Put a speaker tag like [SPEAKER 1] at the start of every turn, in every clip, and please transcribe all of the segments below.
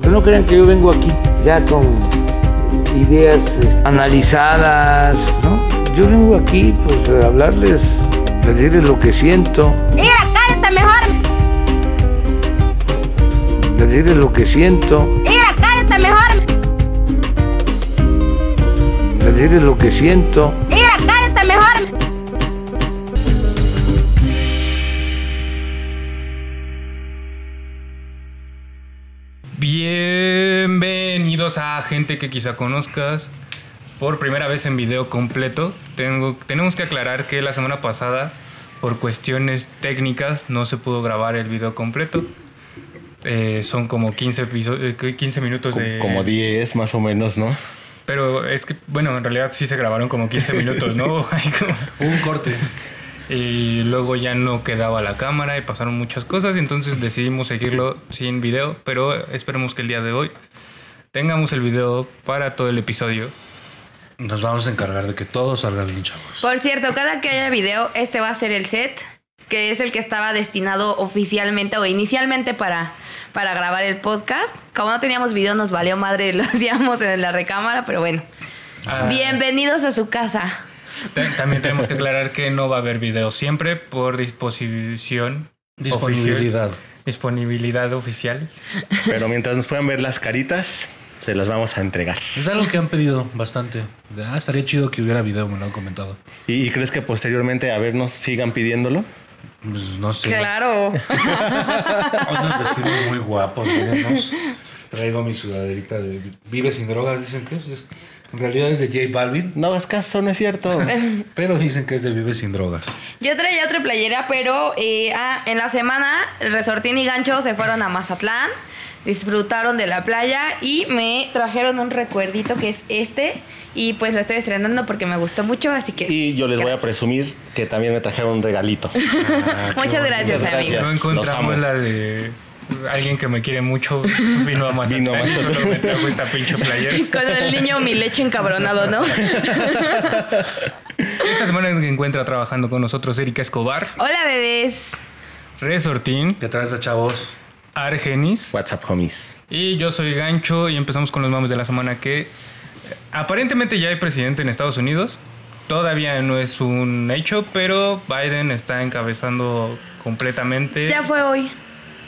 [SPEAKER 1] Pero no crean que yo vengo aquí ya con ideas este, analizadas, ¿no? Yo vengo aquí pues a hablarles, a decirles lo que siento,
[SPEAKER 2] Mira, cállate mejor.
[SPEAKER 1] a decirles lo que siento,
[SPEAKER 2] Mira, cállate mejor.
[SPEAKER 1] a decirles lo que siento.
[SPEAKER 2] Mira, cállate mejor.
[SPEAKER 3] Bienvenidos a gente que quizá conozcas por primera vez en video completo. Tengo, tenemos que aclarar que la semana pasada, por cuestiones técnicas, no se pudo grabar el video completo. Eh, son como 15, episo- eh, que- 15 minutos de...
[SPEAKER 4] Como 10 más o menos, ¿no?
[SPEAKER 3] Pero es que, bueno, en realidad sí se grabaron como 15 minutos, ¿no? Hay como-
[SPEAKER 5] Un corte.
[SPEAKER 3] y luego ya no quedaba la cámara y pasaron muchas cosas y entonces decidimos seguirlo sin video, pero esperemos que el día de hoy tengamos el video para todo el episodio.
[SPEAKER 5] Nos vamos a encargar de que todo salga bien, chavos.
[SPEAKER 6] Por cierto, cada que haya video, este va a ser el set, que es el que estaba destinado oficialmente o inicialmente para, para grabar el podcast. Como no teníamos video, nos valió madre, lo hacíamos en la recámara, pero bueno.
[SPEAKER 3] Ah,
[SPEAKER 6] Bienvenidos a su casa.
[SPEAKER 3] ta- También tenemos que aclarar que no va a haber video siempre por disposición.
[SPEAKER 5] Disponibilidad.
[SPEAKER 3] oficial- disponibilidad oficial.
[SPEAKER 4] Pero mientras nos puedan ver las caritas, se las vamos a entregar.
[SPEAKER 5] Es algo que han pedido bastante. De, Ah, estaría chido que hubiera video, me lo han comentado.
[SPEAKER 4] ¿Y, y crees que posteriormente a vernos sigan pidiéndolo?
[SPEAKER 5] Pues no sé.
[SPEAKER 6] Claro.
[SPEAKER 5] Hoy nos vestimos muy guapos, mírenos. Traigo mi sudaderita de Vive sin drogas, dicen que es. es- En realidad es de J Balvin,
[SPEAKER 4] No hagas caso, no es cierto.
[SPEAKER 5] pero dicen que es de Vive sin drogas.
[SPEAKER 6] Yo traía otra playera, pero eh, ah, en la semana Resortín y Gancho se fueron a Mazatlán, disfrutaron de la playa y me trajeron un recuerdito que es este. Y pues lo estoy estrenando porque me gustó mucho, así que...
[SPEAKER 4] Y yo les voy a presumir que también me trajeron un regalito.
[SPEAKER 6] Muchas gracias,
[SPEAKER 4] Muchas gracias.
[SPEAKER 6] amigos.
[SPEAKER 3] No
[SPEAKER 4] los
[SPEAKER 3] encontramos
[SPEAKER 4] amo.
[SPEAKER 3] la de alguien que me quiere mucho. Vino a Mazatlán.
[SPEAKER 4] Vino a
[SPEAKER 3] y solo
[SPEAKER 4] Mazatlán.
[SPEAKER 3] me trajo esta pinche player.
[SPEAKER 6] Con el niño mi leche encabronado, ¿no?
[SPEAKER 3] Esta semana se encuentra trabajando con nosotros Erika Escobar,
[SPEAKER 6] Hola, bebés.
[SPEAKER 3] Resortín,
[SPEAKER 5] ¿Qué traes, chavos?
[SPEAKER 3] Argenis.
[SPEAKER 4] WhatsApp homies.
[SPEAKER 3] Y yo soy Gancho y empezamos con los mames de la semana que eh, aparentemente ya hay presidente en Estados Unidos. Todavía no es un hecho, pero Biden está encabezando completamente.
[SPEAKER 6] Ya fue hoy.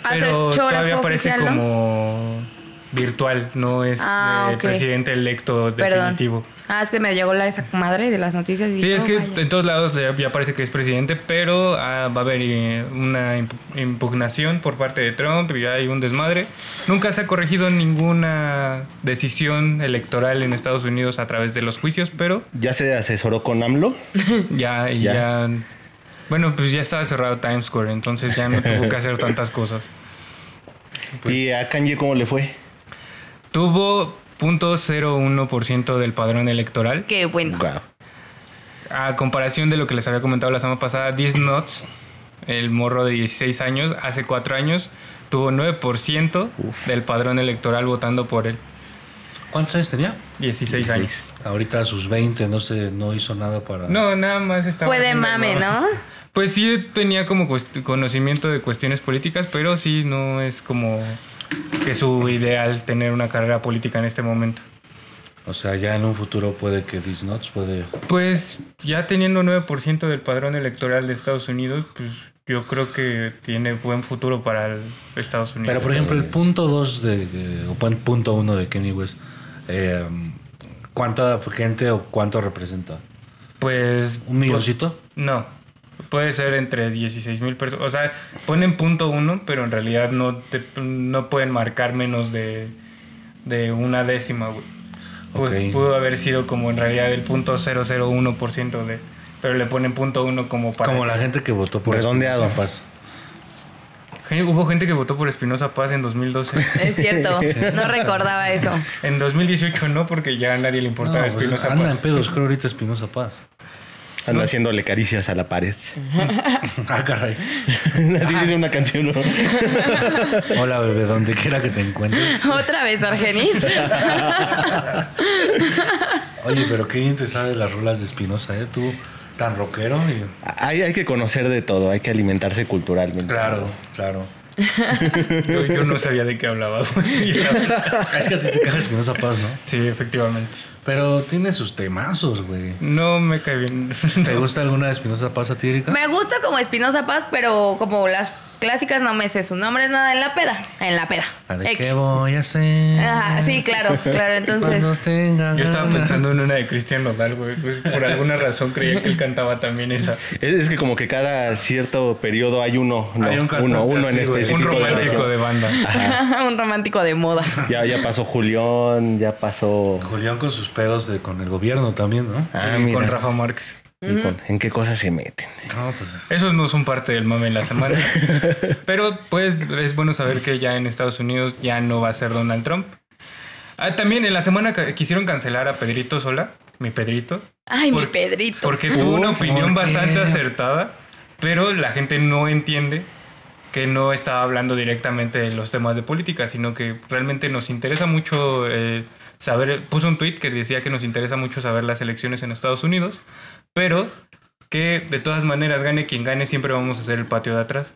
[SPEAKER 6] Hace
[SPEAKER 3] pero
[SPEAKER 6] ocho horas
[SPEAKER 3] todavía
[SPEAKER 6] fue
[SPEAKER 3] parece
[SPEAKER 6] oficial, ¿no?
[SPEAKER 3] como virtual, no es
[SPEAKER 6] Ah,
[SPEAKER 3] eh,
[SPEAKER 6] ok.
[SPEAKER 3] presidente electo
[SPEAKER 6] Perdón.
[SPEAKER 3] definitivo.
[SPEAKER 6] Ah, es que me llegó la esa madre de las noticias. y
[SPEAKER 3] Sí,
[SPEAKER 6] dije,
[SPEAKER 3] es
[SPEAKER 6] oh,
[SPEAKER 3] que
[SPEAKER 6] vaya.
[SPEAKER 3] en todos lados ya, ya parece que es presidente, pero ah, va a haber eh, una imp- impugnación por parte de Trump y hay un desmadre. Nunca se ha corregido ninguna decisión electoral en Estados Unidos a través de los juicios, pero
[SPEAKER 4] Ya se asesoró con AMLO.
[SPEAKER 3] ya, y ya.
[SPEAKER 4] Ya.
[SPEAKER 3] Bueno, pues ya estaba cerrado Times Square, entonces ya no tuvo que hacer tantas cosas. Pues-
[SPEAKER 4] ¿Y a Kanye cómo le fue?
[SPEAKER 3] Tuvo 0.01% del padrón electoral.
[SPEAKER 6] Qué bueno.
[SPEAKER 4] Guau.
[SPEAKER 3] A comparación de lo que les había comentado la semana pasada, This Nuts, el morro de 16 años, hace 4 años, tuvo 9% del padrón electoral votando por él.
[SPEAKER 5] ¿Cuántos años tenía?
[SPEAKER 3] 16 años.
[SPEAKER 5] Ahorita a sus 20, no sé, no hizo nada para.
[SPEAKER 3] No, nada más estaba.
[SPEAKER 6] Fue de
[SPEAKER 3] haciendo
[SPEAKER 6] mame,
[SPEAKER 3] el mamá.
[SPEAKER 6] ¿no?
[SPEAKER 3] Pues sí tenía como cuest- conocimiento de cuestiones políticas, pero sí no es como que su ideal tener una carrera política en este momento.
[SPEAKER 5] O sea, ya en un futuro puede que Disnots puede.
[SPEAKER 3] Pues ya teniendo 9% del padrón electoral de Estados Unidos, pues yo creo que tiene buen futuro para el- Estados Unidos.
[SPEAKER 5] Pero por ejemplo, el punto 2 de, de- o pun- punto 1 de Kenny West, eh, ¿cuánta gente o cuánto representa?
[SPEAKER 3] Pues.
[SPEAKER 5] ¿Un milloncito?
[SPEAKER 3] pu- No. Puede ser entre 16 mil personas. O sea, ponen punto uno, pero en realidad no, te- no pueden marcar menos de, de una décima, güey. Pu-
[SPEAKER 5] Ok.
[SPEAKER 3] Pudo haber sido como en realidad el punto 001% de. Pero le ponen punto uno como para.
[SPEAKER 5] Como la gente que votó por
[SPEAKER 4] Redondeado.
[SPEAKER 5] Espinoza Paz.
[SPEAKER 3] Gen- Hubo gente que votó por Espinosa Paz en 2012.
[SPEAKER 6] Es cierto. No recordaba eso.
[SPEAKER 3] en 2018 no, porque ya a nadie le
[SPEAKER 5] No,
[SPEAKER 3] importaba
[SPEAKER 5] pues,
[SPEAKER 3] Espinosa
[SPEAKER 5] anda en
[SPEAKER 3] Paz.
[SPEAKER 5] pedos, creo ahorita Espinosa Paz.
[SPEAKER 4] Anda haciéndole caricias a la pared.
[SPEAKER 5] ah, caray.
[SPEAKER 4] Así dice una canción. ¿no?
[SPEAKER 5] Hola, bebé, donde quiera que te encuentres.
[SPEAKER 6] Otra vez, Argenis.
[SPEAKER 5] Oye, pero qué bien te sabes las rolas de Espinosa, ¿eh? Tú, tan rockero. y-
[SPEAKER 4] Hay, hay que conocer de todo, hay que alimentarse culturalmente.
[SPEAKER 5] Claro, claro.
[SPEAKER 3] Yo, yo no sabía de qué hablaba. güey.
[SPEAKER 5] Es que a ti te cagas con esa paz, ¿no?
[SPEAKER 3] Sí, efectivamente.
[SPEAKER 5] Pero tiene sus temazos, güey.
[SPEAKER 3] No me cae bien.
[SPEAKER 5] ¿Te gusta alguna de Espinosa Paz satírica?
[SPEAKER 6] Me gusta como Espinosa Paz, pero como las clásicas no me sé su nombre, es nada en la peda. En la peda.
[SPEAKER 5] La de
[SPEAKER 6] X.
[SPEAKER 5] qué voy a hacer.
[SPEAKER 6] Ajá, sí, claro, claro. Ah, Entonces,
[SPEAKER 5] Cuando tenga
[SPEAKER 3] Yo estaba
[SPEAKER 5] ganas.
[SPEAKER 3] pensando en una de Cristian Nodal, güey. Pues, Por alguna razón creía que él cantaba también esa.
[SPEAKER 4] Es, es que como que cada cierto periodo hay uno, no,
[SPEAKER 5] Hay un cantante
[SPEAKER 4] uno, uno en
[SPEAKER 5] así, güey.
[SPEAKER 4] específico.
[SPEAKER 3] Un
[SPEAKER 4] de la
[SPEAKER 3] romántico
[SPEAKER 4] región.
[SPEAKER 3] de banda.
[SPEAKER 6] un romántico de moda.
[SPEAKER 4] Ya, ya pasó Julián, ya pasó.
[SPEAKER 5] Julián con sus pedos de con el gobierno también, ¿no?
[SPEAKER 4] Ah,
[SPEAKER 3] Y
[SPEAKER 4] mira.
[SPEAKER 3] con Rafa Márquez.
[SPEAKER 4] Y con- ¿En qué cosas se meten?
[SPEAKER 5] No, pues
[SPEAKER 3] Esos no son parte del mame de la semana. Pero pues es bueno saber que ya en Estados Unidos ya no va a ser Donald Trump. Ah, también en la semana ca- quisieron cancelar a Pedrito Sola, mi Pedrito,
[SPEAKER 6] Ay, mi
[SPEAKER 3] Por-
[SPEAKER 6] Pedrito.
[SPEAKER 3] porque tuvo una
[SPEAKER 5] Uy, ¿por
[SPEAKER 3] opinión
[SPEAKER 5] qué?
[SPEAKER 3] bastante acertada, pero la gente no entiende que no estaba hablando directamente de los temas de política, sino que realmente nos interesa mucho eh, saber, puso un tweet que decía que nos interesa mucho saber las elecciones en Estados Unidos, pero que de todas maneras, gane quien gane, siempre vamos a hacer el patio de atrás.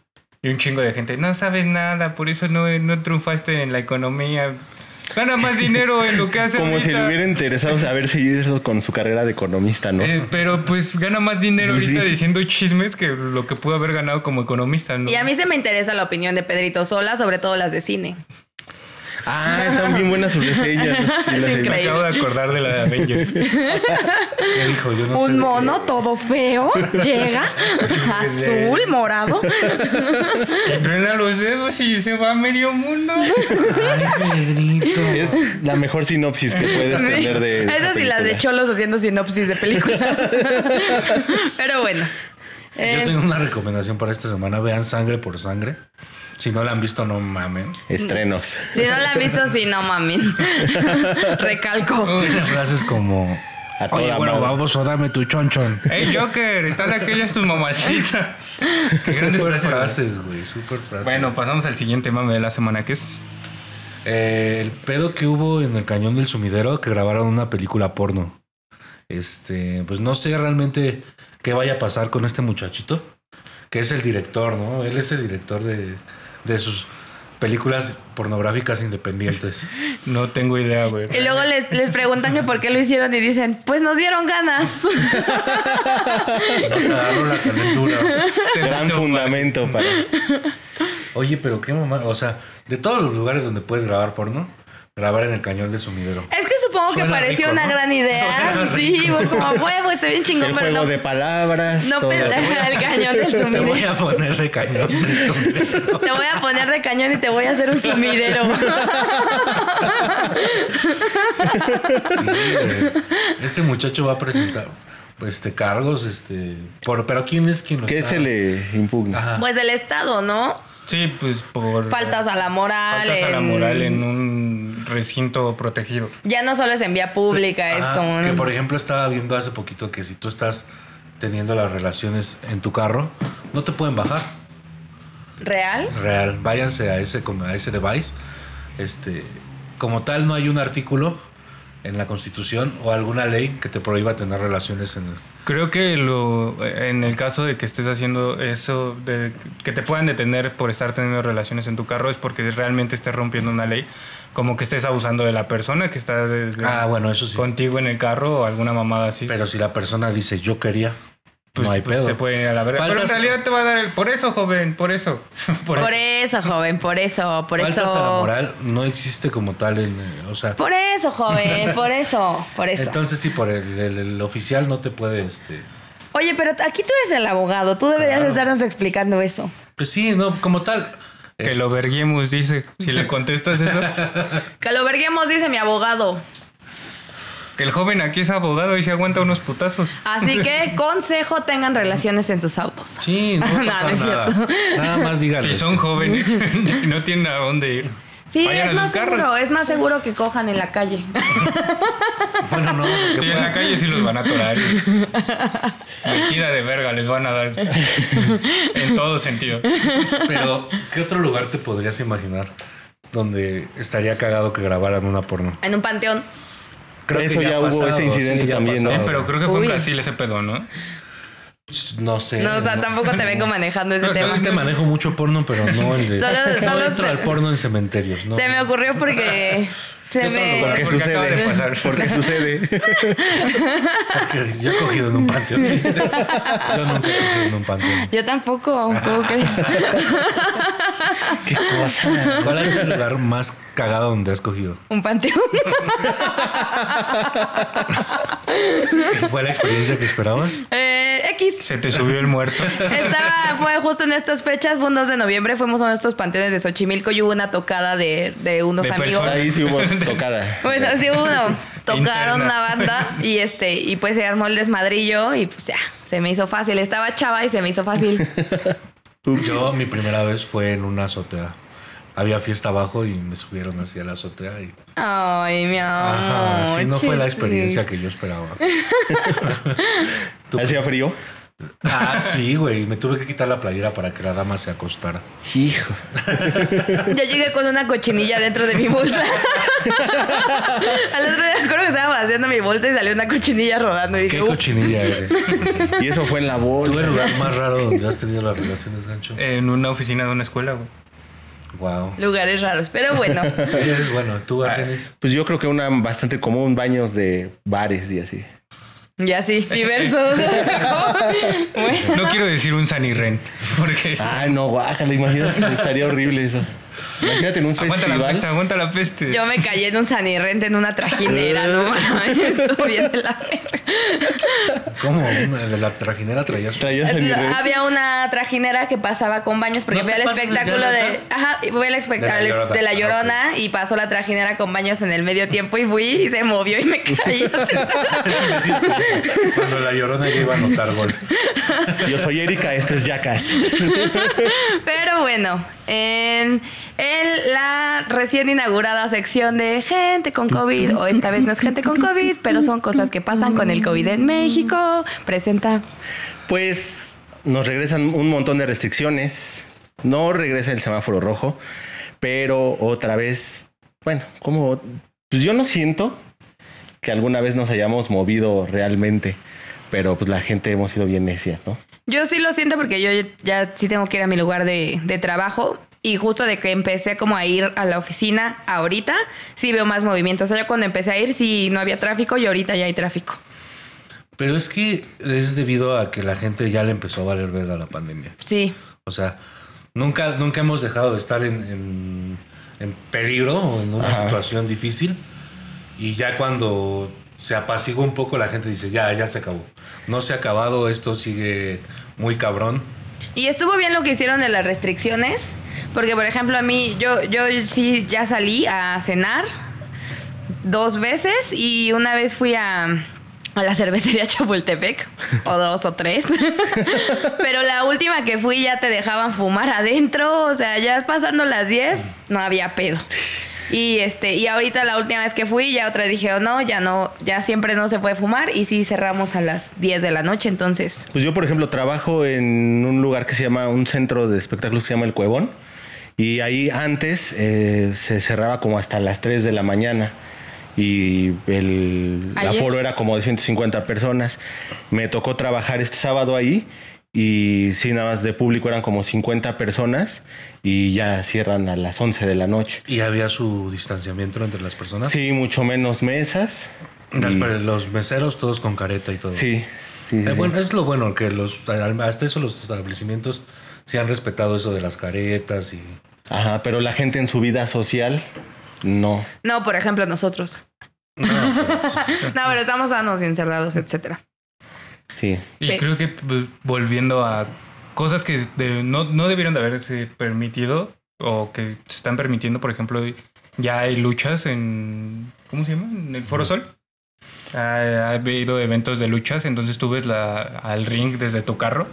[SPEAKER 3] Y un chingo de gente, no sabes nada, por eso no, no triunfaste en la economía. Gana más dinero en lo que hace
[SPEAKER 4] Como si
[SPEAKER 3] ahorita".
[SPEAKER 4] le hubiera interesado saber seguir con su carrera de economista, ¿no?
[SPEAKER 3] Eh, pero pues gana más dinero
[SPEAKER 4] Pues,
[SPEAKER 3] ahorita
[SPEAKER 4] sí.
[SPEAKER 3] diciendo chismes que lo que pudo haber ganado como economista, ¿no?
[SPEAKER 6] Y a mí se me interesa la opinión de Pedrito Sola, sobre todo las de cine.
[SPEAKER 4] Ah, están bien buenas sus reseñas. Sí, las he visto.
[SPEAKER 3] Me acabo de acordar de la de Avengers.
[SPEAKER 5] ¿qué dijo? Yo no sé.
[SPEAKER 6] Un mono todo feo llega, azul, morado.
[SPEAKER 3] Entrena los dedos y se va a medio mundo.
[SPEAKER 5] Ay, Pedrito.
[SPEAKER 4] Es la mejor sinopsis que puedes tener de. esa
[SPEAKER 6] Esas y las de
[SPEAKER 4] película.
[SPEAKER 6] cholos haciendo sinopsis de películas. Pero bueno. Eh,
[SPEAKER 5] Yo tengo una recomendación para esta semana. Vean Sangre por Sangre. Si no la han visto, no mamen.
[SPEAKER 4] Estrenos.
[SPEAKER 6] Si no la han visto, sí, no mamen. Recalco.
[SPEAKER 5] Tiene frases como...
[SPEAKER 4] A
[SPEAKER 5] Oye,
[SPEAKER 4] toda
[SPEAKER 5] bueno,
[SPEAKER 4] madre".
[SPEAKER 5] vamos a dame tu chonchon.
[SPEAKER 3] Hey Joker, están aquellas tus mamacitas. Qué grandes
[SPEAKER 5] Súper
[SPEAKER 3] frases, güey.
[SPEAKER 5] frases, güey. Súper frases.
[SPEAKER 3] Bueno, pasamos al siguiente mame de la semana, que es
[SPEAKER 5] Eh, el pedo que hubo en el cañón del sumidero que grabaron una película porno. Este, pues no sé realmente qué vaya a pasar con este muchachito, que es el director, ¿no? Él es el director de, de sus películas pornográficas independientes.
[SPEAKER 3] No tengo idea, güey.
[SPEAKER 6] Y luego les, les preguntan que por qué lo hicieron y dicen, pues nos dieron ganas.
[SPEAKER 5] Nos agarró la calentura.
[SPEAKER 3] Se me
[SPEAKER 4] Gran
[SPEAKER 3] hizo
[SPEAKER 4] fundamento para.
[SPEAKER 5] Oye, pero qué mamá, o sea, de todos los lugares donde puedes grabar porno, grabar en el cañón del sumidero.
[SPEAKER 6] Es que supongo que
[SPEAKER 5] Suena
[SPEAKER 6] pareció
[SPEAKER 5] rico,
[SPEAKER 6] una
[SPEAKER 5] ¿no?
[SPEAKER 6] gran idea.
[SPEAKER 5] Suena
[SPEAKER 6] Sí,
[SPEAKER 5] rico.
[SPEAKER 6] como a huevo, estoy bien chingón,
[SPEAKER 4] El
[SPEAKER 6] pero
[SPEAKER 4] juego
[SPEAKER 6] no,
[SPEAKER 4] de palabras.
[SPEAKER 6] no
[SPEAKER 4] todo.
[SPEAKER 6] pensé el cañón del
[SPEAKER 5] Te voy
[SPEAKER 6] sumidero.
[SPEAKER 5] a poner de cañón del sumidero.
[SPEAKER 6] Te voy a poner de cañón y te voy a hacer un sumidero.
[SPEAKER 5] Sí, güey. este muchacho va a presentar pues, este cargos, este, por, pero quién es quien lo
[SPEAKER 4] ¿Qué
[SPEAKER 5] está?
[SPEAKER 4] se le impugna?
[SPEAKER 5] Ajá.
[SPEAKER 6] Pues del Estado, ¿no?
[SPEAKER 3] Sí, pues por...
[SPEAKER 6] Faltas a la moral.
[SPEAKER 3] faltas a la
[SPEAKER 6] en-
[SPEAKER 3] moral en un recinto protegido.
[SPEAKER 6] Ya no solo es en vía pública, es
[SPEAKER 3] Ah,
[SPEAKER 5] Ajá,
[SPEAKER 6] como... un-
[SPEAKER 5] Ah, que por ejemplo estaba viendo hace poquito que si tú estás teniendo las relaciones en tu carro, no te pueden bajar.
[SPEAKER 6] ¿Real?
[SPEAKER 5] Real, váyanse a ese como a ese device. Este, como tal no hay un artículo en la Constitución o alguna ley que te prohíba tener relaciones en el
[SPEAKER 3] Creo que lo, en el caso de que estés haciendo eso, de que te puedan detener por estar teniendo relaciones en tu carro, es porque realmente estés rompiendo una ley, como que estés abusando de la persona que está de- de-
[SPEAKER 5] Ah, bueno, eso sí.
[SPEAKER 3] contigo en el carro o alguna mamada así.
[SPEAKER 5] Pero si la persona dice yo quería,
[SPEAKER 3] Pues-
[SPEAKER 5] no hay
[SPEAKER 3] pues
[SPEAKER 5] pedo.
[SPEAKER 3] Se puede ir a la verga. Pero en
[SPEAKER 5] Faltas-
[SPEAKER 3] realidad te va a dar el... Por eso, joven, por eso. por
[SPEAKER 6] Por
[SPEAKER 3] eso.
[SPEAKER 6] eso, joven, por eso, por
[SPEAKER 5] Faltas
[SPEAKER 6] eso.
[SPEAKER 5] a la moral no existe como tal en, eh, o sea,
[SPEAKER 6] Por eso, joven, por eso, por eso.
[SPEAKER 5] entonces sí por el, el- el oficial no te puede este
[SPEAKER 6] Oye, pero aquí tú eres el abogado, tú deberías estarnos explicando eso.
[SPEAKER 5] pues sí, no como tal
[SPEAKER 3] Que
[SPEAKER 5] es-
[SPEAKER 3] lo verguemos, dice. Si le contestas eso,
[SPEAKER 6] Que lo verguemos, dice mi abogado.
[SPEAKER 3] que el joven aquí es abogado y se aguanta unos putazos.
[SPEAKER 6] Así que consejo, tengan relaciones en sus autos.
[SPEAKER 5] Sí, no va a
[SPEAKER 6] No,
[SPEAKER 5] pasar
[SPEAKER 6] no es
[SPEAKER 5] nada. Nada más díganle.
[SPEAKER 3] Si son jóvenes, no tienen a dónde ir.
[SPEAKER 6] Sí,
[SPEAKER 3] Vayan a
[SPEAKER 6] es
[SPEAKER 3] sus
[SPEAKER 6] más
[SPEAKER 3] carros.
[SPEAKER 6] seguro, es más seguro que cojan en la calle.
[SPEAKER 5] este, Bueno, no, porque
[SPEAKER 3] Sí, en la calle sí los van a atorar. Mentira de verga, les van a dar. En todo sentido.
[SPEAKER 5] pero ¿qué otro lugar te podrías imaginar donde estaría cagado que grabaran una porno?
[SPEAKER 6] En un panteón.
[SPEAKER 4] Eso ya
[SPEAKER 5] ha
[SPEAKER 4] hubo ese
[SPEAKER 5] sí,
[SPEAKER 4] incidente
[SPEAKER 5] ya ha
[SPEAKER 4] también, ¿no?
[SPEAKER 5] pasado. Pues,
[SPEAKER 3] Pero creo que fue
[SPEAKER 6] Uy.
[SPEAKER 3] en Brasil ese pedo, ¿no?
[SPEAKER 5] No sé.
[SPEAKER 6] No, o sea, tampoco te vengo manejando ese
[SPEAKER 3] No,
[SPEAKER 5] Yo
[SPEAKER 6] tema.
[SPEAKER 5] sí te manejo mucho porno, pero no el de.
[SPEAKER 6] Solo-
[SPEAKER 5] no
[SPEAKER 6] solo
[SPEAKER 5] entro
[SPEAKER 6] se-
[SPEAKER 5] al porno en cementerios, ¿no?
[SPEAKER 6] Se me ocurrió porque se
[SPEAKER 3] Yo todo lo
[SPEAKER 6] me
[SPEAKER 4] Porque
[SPEAKER 3] Porque acaba de
[SPEAKER 4] sucede.
[SPEAKER 3] pasar.
[SPEAKER 4] Porque sucede.
[SPEAKER 5] Porque Yo he cogido en un panteón. Yo nunca he cogido en un panteón.
[SPEAKER 6] yo tampoco, ¿cómo crees?
[SPEAKER 4] Qué cosa.
[SPEAKER 5] ¿Cuál es el lugar más cagado donde has cogido?
[SPEAKER 6] Un panteón.
[SPEAKER 5] ¿Fue la experiencia que esperabas?
[SPEAKER 6] Eh, X.
[SPEAKER 3] Se te subió el muerto.
[SPEAKER 6] Estaba, fue justo en estas fechas, fue un 2 de noviembre, fuimos a uno de estos panteones de Xochimilco y hubo una tocada de, de unos
[SPEAKER 3] De
[SPEAKER 6] amigos.
[SPEAKER 3] personas.
[SPEAKER 4] Ahí sí hubo tocada.
[SPEAKER 6] Bueno, sí uno. Tocaron
[SPEAKER 3] Interna.
[SPEAKER 6] una banda y este, y pues se armó el desmadrillo y pues ya, se me hizo fácil. Estaba chava y se me hizo fácil.
[SPEAKER 5] Yo, mi primera vez fue en una azotea. Había fiesta abajo y me subieron hacia la azotea y.
[SPEAKER 6] Ay, mi amor.
[SPEAKER 5] Ajá, sí, no fue la
[SPEAKER 6] chiqui.
[SPEAKER 5] experiencia que yo esperaba.
[SPEAKER 4] Hacía frío.
[SPEAKER 5] Ah, sí, güey. Me tuve que quitar la playera para que la dama se acostara.
[SPEAKER 4] Hijo.
[SPEAKER 6] Yo llegué con una cochinilla dentro de mi bolsa. Al otro día me acuerdo que estaba vaciando mi bolsa y salió una cochinilla rodando. Y dije,
[SPEAKER 5] Qué
[SPEAKER 6] "Ups".
[SPEAKER 5] cochinilla eres.
[SPEAKER 4] Y eso fue en la
[SPEAKER 5] Tuve el
[SPEAKER 4] bolsa.
[SPEAKER 5] lugar más raro donde has tenido las relaciones, gancho.
[SPEAKER 3] En una oficina de una escuela, güey.
[SPEAKER 5] Wow.
[SPEAKER 6] Lugares raros, pero bueno.
[SPEAKER 5] Sí, eres bueno. Tú, Argenis.
[SPEAKER 4] Pues yo creo que una bastante común, baños de bares y así.
[SPEAKER 6] Ya sí, diversos. Bueno.
[SPEAKER 3] No quiero decir un Sanirren, porque...
[SPEAKER 4] Ay, Ah, no, guácala, imagínate, estaría horrible eso. Imagínate en un
[SPEAKER 3] aguanta la peste,
[SPEAKER 4] festival.
[SPEAKER 3] aguanta la peste.
[SPEAKER 6] Yo me caí en un sanirrente en una trajinera, no
[SPEAKER 5] Eh.
[SPEAKER 6] mames, estuvo bien de la
[SPEAKER 5] ¿Cómo? De la trajinera traías.
[SPEAKER 4] Traías en
[SPEAKER 6] Entonces, Había una trajinera que pasaba con baños porque
[SPEAKER 5] ¿No
[SPEAKER 6] fue
[SPEAKER 5] te
[SPEAKER 6] el
[SPEAKER 5] pasas el
[SPEAKER 6] espectáculo de.
[SPEAKER 5] Jonathan?
[SPEAKER 6] Ajá, y fue el
[SPEAKER 5] De la
[SPEAKER 6] espectáculo
[SPEAKER 5] Llorona.
[SPEAKER 6] de la
[SPEAKER 5] Ah,
[SPEAKER 6] llorona y pasó la trajinera con baños en el medio tiempo y fui y se movió y me caí.
[SPEAKER 5] Cuando la llorona ya iba a anotar gol.
[SPEAKER 4] Yo soy Erika, este es Yacas.
[SPEAKER 6] Pero bueno, en, en la recién inaugurada sección de gente con COVID, o esta vez no es gente con COVID, pero son cosas que pasan con el COVID en México, presenta.
[SPEAKER 4] Pues nos regresan un montón de restricciones. No regresa el semáforo rojo, pero otra vez, bueno, como pues yo no siento que alguna vez nos hayamos movido realmente, pero pues la gente hemos sido bien necia, ¿no?
[SPEAKER 6] Yo sí lo siento porque yo ya sí tengo que ir a mi lugar de, de trabajo y justo de que empecé como a ir a la oficina ahorita, sí veo más movimiento. O sea, yo cuando empecé a ir sí no había tráfico y ahorita ya hay tráfico.
[SPEAKER 5] Pero es que es debido a que la gente ya le empezó a valer verga la pandemia.
[SPEAKER 6] Sí.
[SPEAKER 5] O sea, nunca, nunca hemos dejado de estar en, en- en peligro o en una
[SPEAKER 4] Ajá.
[SPEAKER 5] situación difícil. Y ya cuando se apacigua un poco, la gente dice, ya, ya se acabó. No se ha acabado, esto sigue muy cabrón.
[SPEAKER 6] Y estuvo bien lo que hicieron de las restricciones, porque por ejemplo a mí, yo, yo sí ya salí a cenar dos veces y una vez fui a, a la cervecería Chapultepec, o dos o tres, pero la última que fui ya te dejaban fumar adentro, o sea, ya pasando las 10 no había pedo. Y este, y ahorita la última vez que fui, ya otra dijeron, no, ya no, ya siempre no se puede fumar, y sí cerramos a las 10 de la noche, entonces.
[SPEAKER 4] Pues yo, por ejemplo, trabajo en un lugar que se llama, un centro de espectáculos que se llama El Cuevón. Y ahí antes eh, se cerraba como hasta las 3 de la mañana. Y el
[SPEAKER 6] Ayer.
[SPEAKER 4] aforo era como de 150 personas. Me tocó trabajar este sábado ahí. Y sí, nada más de público eran como 50 personas. Y ya cierran a las 11 de la noche.
[SPEAKER 5] Y había su distanciamiento entre las personas.
[SPEAKER 4] Sí, mucho menos mesas.
[SPEAKER 5] Las-
[SPEAKER 4] Y-
[SPEAKER 5] los meseros todos con careta y todo.
[SPEAKER 4] Sí. sí, sí,
[SPEAKER 5] Eh,
[SPEAKER 4] sí.
[SPEAKER 5] bueno, es lo bueno que los hasta eso los establecimientos se han respetado eso de las caretas y
[SPEAKER 4] Ajá, pero la gente en su vida social, no.
[SPEAKER 6] No, por ejemplo, nosotros.
[SPEAKER 5] pues,
[SPEAKER 6] No, pero estamos sanos y encerrados, etcétera.
[SPEAKER 4] Sí.
[SPEAKER 3] Y creo que v- volviendo a cosas que de- no, no debieron de haberse permitido o que se están permitiendo, por ejemplo, ya hay luchas en... ¿Cómo se llama? En el Foro Sol. Ha, ha habido eventos de luchas, entonces tú ves la, al ring desde tu carro.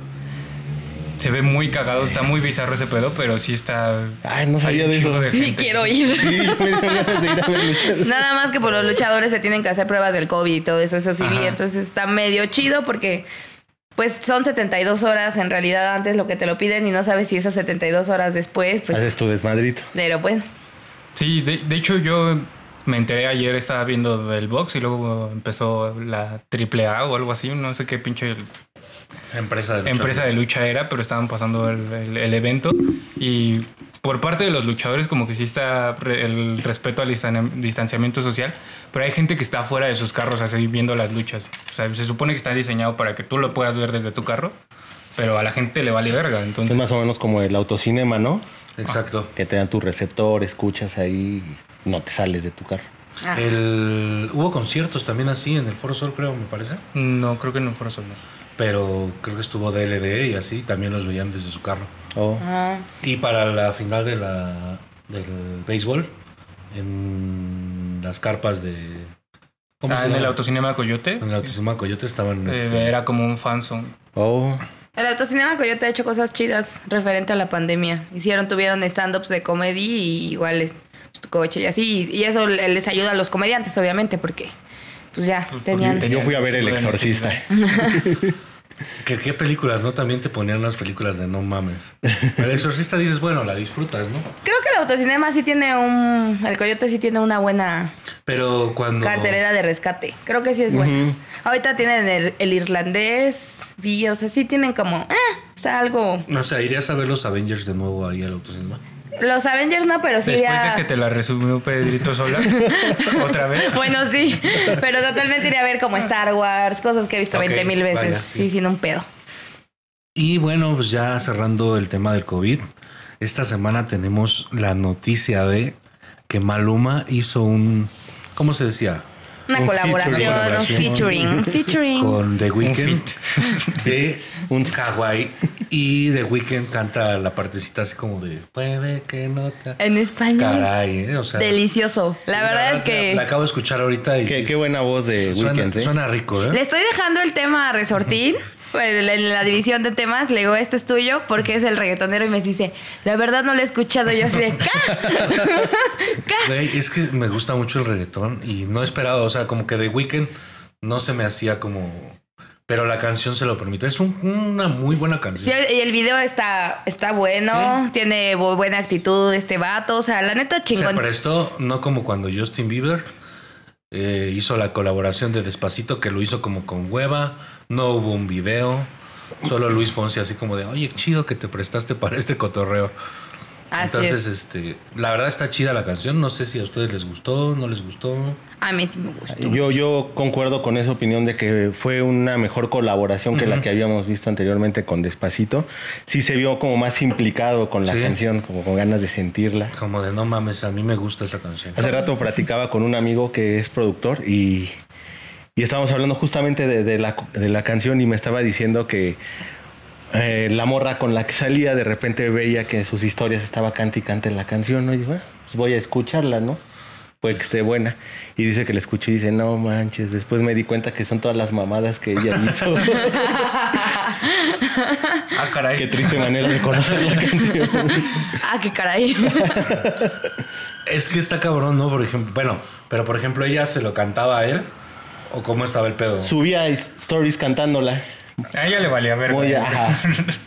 [SPEAKER 3] Se ve muy cagado, está muy bizarro ese pedo, pero sí está...
[SPEAKER 4] Ay, no sabía
[SPEAKER 3] hay un
[SPEAKER 4] de
[SPEAKER 3] chingo
[SPEAKER 4] eso.
[SPEAKER 6] Sí,
[SPEAKER 3] gente.
[SPEAKER 6] quiero ir.
[SPEAKER 4] Sí, me dio ganas de ir a ver luchas.
[SPEAKER 6] Nada más que por los luchadores se tienen que hacer pruebas del COVID y todo eso, eso sí, vi.
[SPEAKER 3] Ajá.
[SPEAKER 6] entonces está medio chido porque pues son 72 horas en realidad antes lo que te lo piden y no sabes si esas 72 horas después, pues
[SPEAKER 4] Haces tu desmadrito.
[SPEAKER 6] pero bueno.
[SPEAKER 3] Sí, de, de hecho yo me enteré ayer, estaba viendo el box y luego empezó la triple A o algo así, no sé qué pinche
[SPEAKER 5] Empresa de lucha.
[SPEAKER 3] empresa de lucha era, pero estaban pasando el, el- el evento y por parte de los luchadores como que sí está re- el respeto al distan- distanciamiento social, pero hay gente que está fuera de sus carros así viendo las luchas. O sea, se supone que está diseñado para que tú lo puedas ver desde tu carro, pero a la gente le vale verga,
[SPEAKER 4] Es
[SPEAKER 3] entonces
[SPEAKER 4] más o menos como el autocinema, ¿no?
[SPEAKER 5] Exacto.
[SPEAKER 4] Que te dan tu receptor, escuchas ahí, no te sales de tu carro.
[SPEAKER 6] Ah.
[SPEAKER 5] El, hubo conciertos también así en el Foro Sol, creo, me parece.
[SPEAKER 3] no creo que no fuera solo.
[SPEAKER 5] Pero creo que estuvo DLD y así, también los veían desde su carro.
[SPEAKER 4] Oh.
[SPEAKER 6] Ah.
[SPEAKER 5] Y para la final de la, del béisbol, en las carpas de...
[SPEAKER 3] Ah, en
[SPEAKER 5] llama?
[SPEAKER 3] el autocinema Coyote
[SPEAKER 5] En el autocinema Coyote estaban...
[SPEAKER 3] eh,
[SPEAKER 5] este,
[SPEAKER 3] era como un fanzone.
[SPEAKER 4] Oh.
[SPEAKER 6] El autocinema Coyote ha hecho cosas chidas referente a la pandemia. Hicieron, tuvieron stand-ups de comedy y iguales tu coche y así. Y eso le- les ayuda a los comediantes, obviamente, porque pues ya
[SPEAKER 3] Pues,
[SPEAKER 6] tenían...
[SPEAKER 3] porque
[SPEAKER 4] Yo fui a ver El Exorcista.
[SPEAKER 5] Que qué películas, ¿no? También te ponían las películas de no mames. El exorcista dices, bueno, la disfrutas, ¿no?
[SPEAKER 6] Creo que el autocinema sí tiene un... El Coyote sí tiene una buena
[SPEAKER 5] Pero cuando...
[SPEAKER 6] cartelera de rescate. Creo que sí es buena. Ahorita tienen el, el irlandés, vi, o sea, sí tienen como... eh, o sea, algo...
[SPEAKER 5] No sé, irías a ver los Avengers de nuevo ahí al autocinema.
[SPEAKER 6] Los Avengers no, pero sí
[SPEAKER 3] Después
[SPEAKER 6] ya-
[SPEAKER 3] de que te la resumió Pedrito Sola, otra vez.
[SPEAKER 6] Bueno, sí, pero totalmente iría a ver como Star Wars, cosas que he visto
[SPEAKER 5] Ok,
[SPEAKER 6] 20 mil veces.
[SPEAKER 5] vaya,
[SPEAKER 6] sí.
[SPEAKER 5] sí.
[SPEAKER 6] sin un pedo.
[SPEAKER 5] Y bueno, pues ya cerrando el tema del COVID, esta semana tenemos la noticia de que Maluma hizo un, ¿cómo se decía?
[SPEAKER 6] Una
[SPEAKER 4] Un
[SPEAKER 6] colaboración,
[SPEAKER 5] featuring.
[SPEAKER 6] un featuring. Featuring.
[SPEAKER 5] Con The Weeknd
[SPEAKER 3] feat.
[SPEAKER 5] de un Hawaii. Y The Weeknd canta la partecita así como de, puede que no te...
[SPEAKER 6] En español.
[SPEAKER 5] Caray, ¿eh? o sea...
[SPEAKER 6] Delicioso.
[SPEAKER 5] sí,
[SPEAKER 6] la verdad es que.
[SPEAKER 5] La, la acabo de escuchar ahorita y...
[SPEAKER 4] Qué,
[SPEAKER 5] sí,
[SPEAKER 4] qué buena voz de
[SPEAKER 5] suena,
[SPEAKER 4] Weekend, ¿eh?
[SPEAKER 5] suena rico, ¿eh?
[SPEAKER 6] Le estoy dejando el tema a Resortín. En la- en la división de temas le digo, este es tuyo porque es el reggaetonero y me dice, la verdad no lo he escuchado. Yo así de, "¿Ca?".
[SPEAKER 5] Güey, es que me gusta mucho el reggaetón y no esperaba, o sea, como que The Weeknd no se me hacía como... Pero la canción se lo permite. Es un- una muy buena
[SPEAKER 6] Sí,
[SPEAKER 5] canción.
[SPEAKER 6] y el video está, está bueno, tiene bu- buena actitud este vato. O sea, la neta
[SPEAKER 5] se
[SPEAKER 6] chingón.
[SPEAKER 5] prestó, no como cuando Justin Bieber eh, hizo la colaboración de Despacito, que lo hizo como con hueva, no hubo un video, solo Luis Fonsi así como de, oye, chido que te prestaste para este cotorreo.
[SPEAKER 6] Así es.
[SPEAKER 5] Entonces, este, la verdad está chida la canción, no sé si a ustedes les gustó, no les gustó.
[SPEAKER 6] A mí sí me gusta.
[SPEAKER 4] Yo, yo concuerdo con esa opinión de que fue una mejor colaboración que la que habíamos visto anteriormente con Despacito. Sí se vio como más implicado con la
[SPEAKER 5] Sí.
[SPEAKER 4] canción, como con ganas de sentirla.
[SPEAKER 5] Como de, no mames, a mí me gusta esa canción.
[SPEAKER 4] Hace rato platicaba con un amigo que es productor y, y estábamos hablando justamente de, de la, de la canción y me estaba diciendo que eh, la morra con la que salía de repente veía que sus historias estaba cante y cante la canción, ¿no? Y dijo, "Ah, pues voy a escucharla, ¿no? Puede que esté buena. Y dice que la escuché y dice, no manches, después me di cuenta que son todas las mamadas que ella hizo.
[SPEAKER 3] Ah, caray.
[SPEAKER 4] Qué triste manera de conocer la canción.
[SPEAKER 6] Ah, qué caray.
[SPEAKER 5] Es que está cabrón, ¿no? Por ejemplo, bueno, pero por ejemplo, ella se lo cantaba a él o cómo estaba el pedo.
[SPEAKER 4] Subía stories cantándola.
[SPEAKER 3] A ella le valía verga.
[SPEAKER 4] muy, ajá,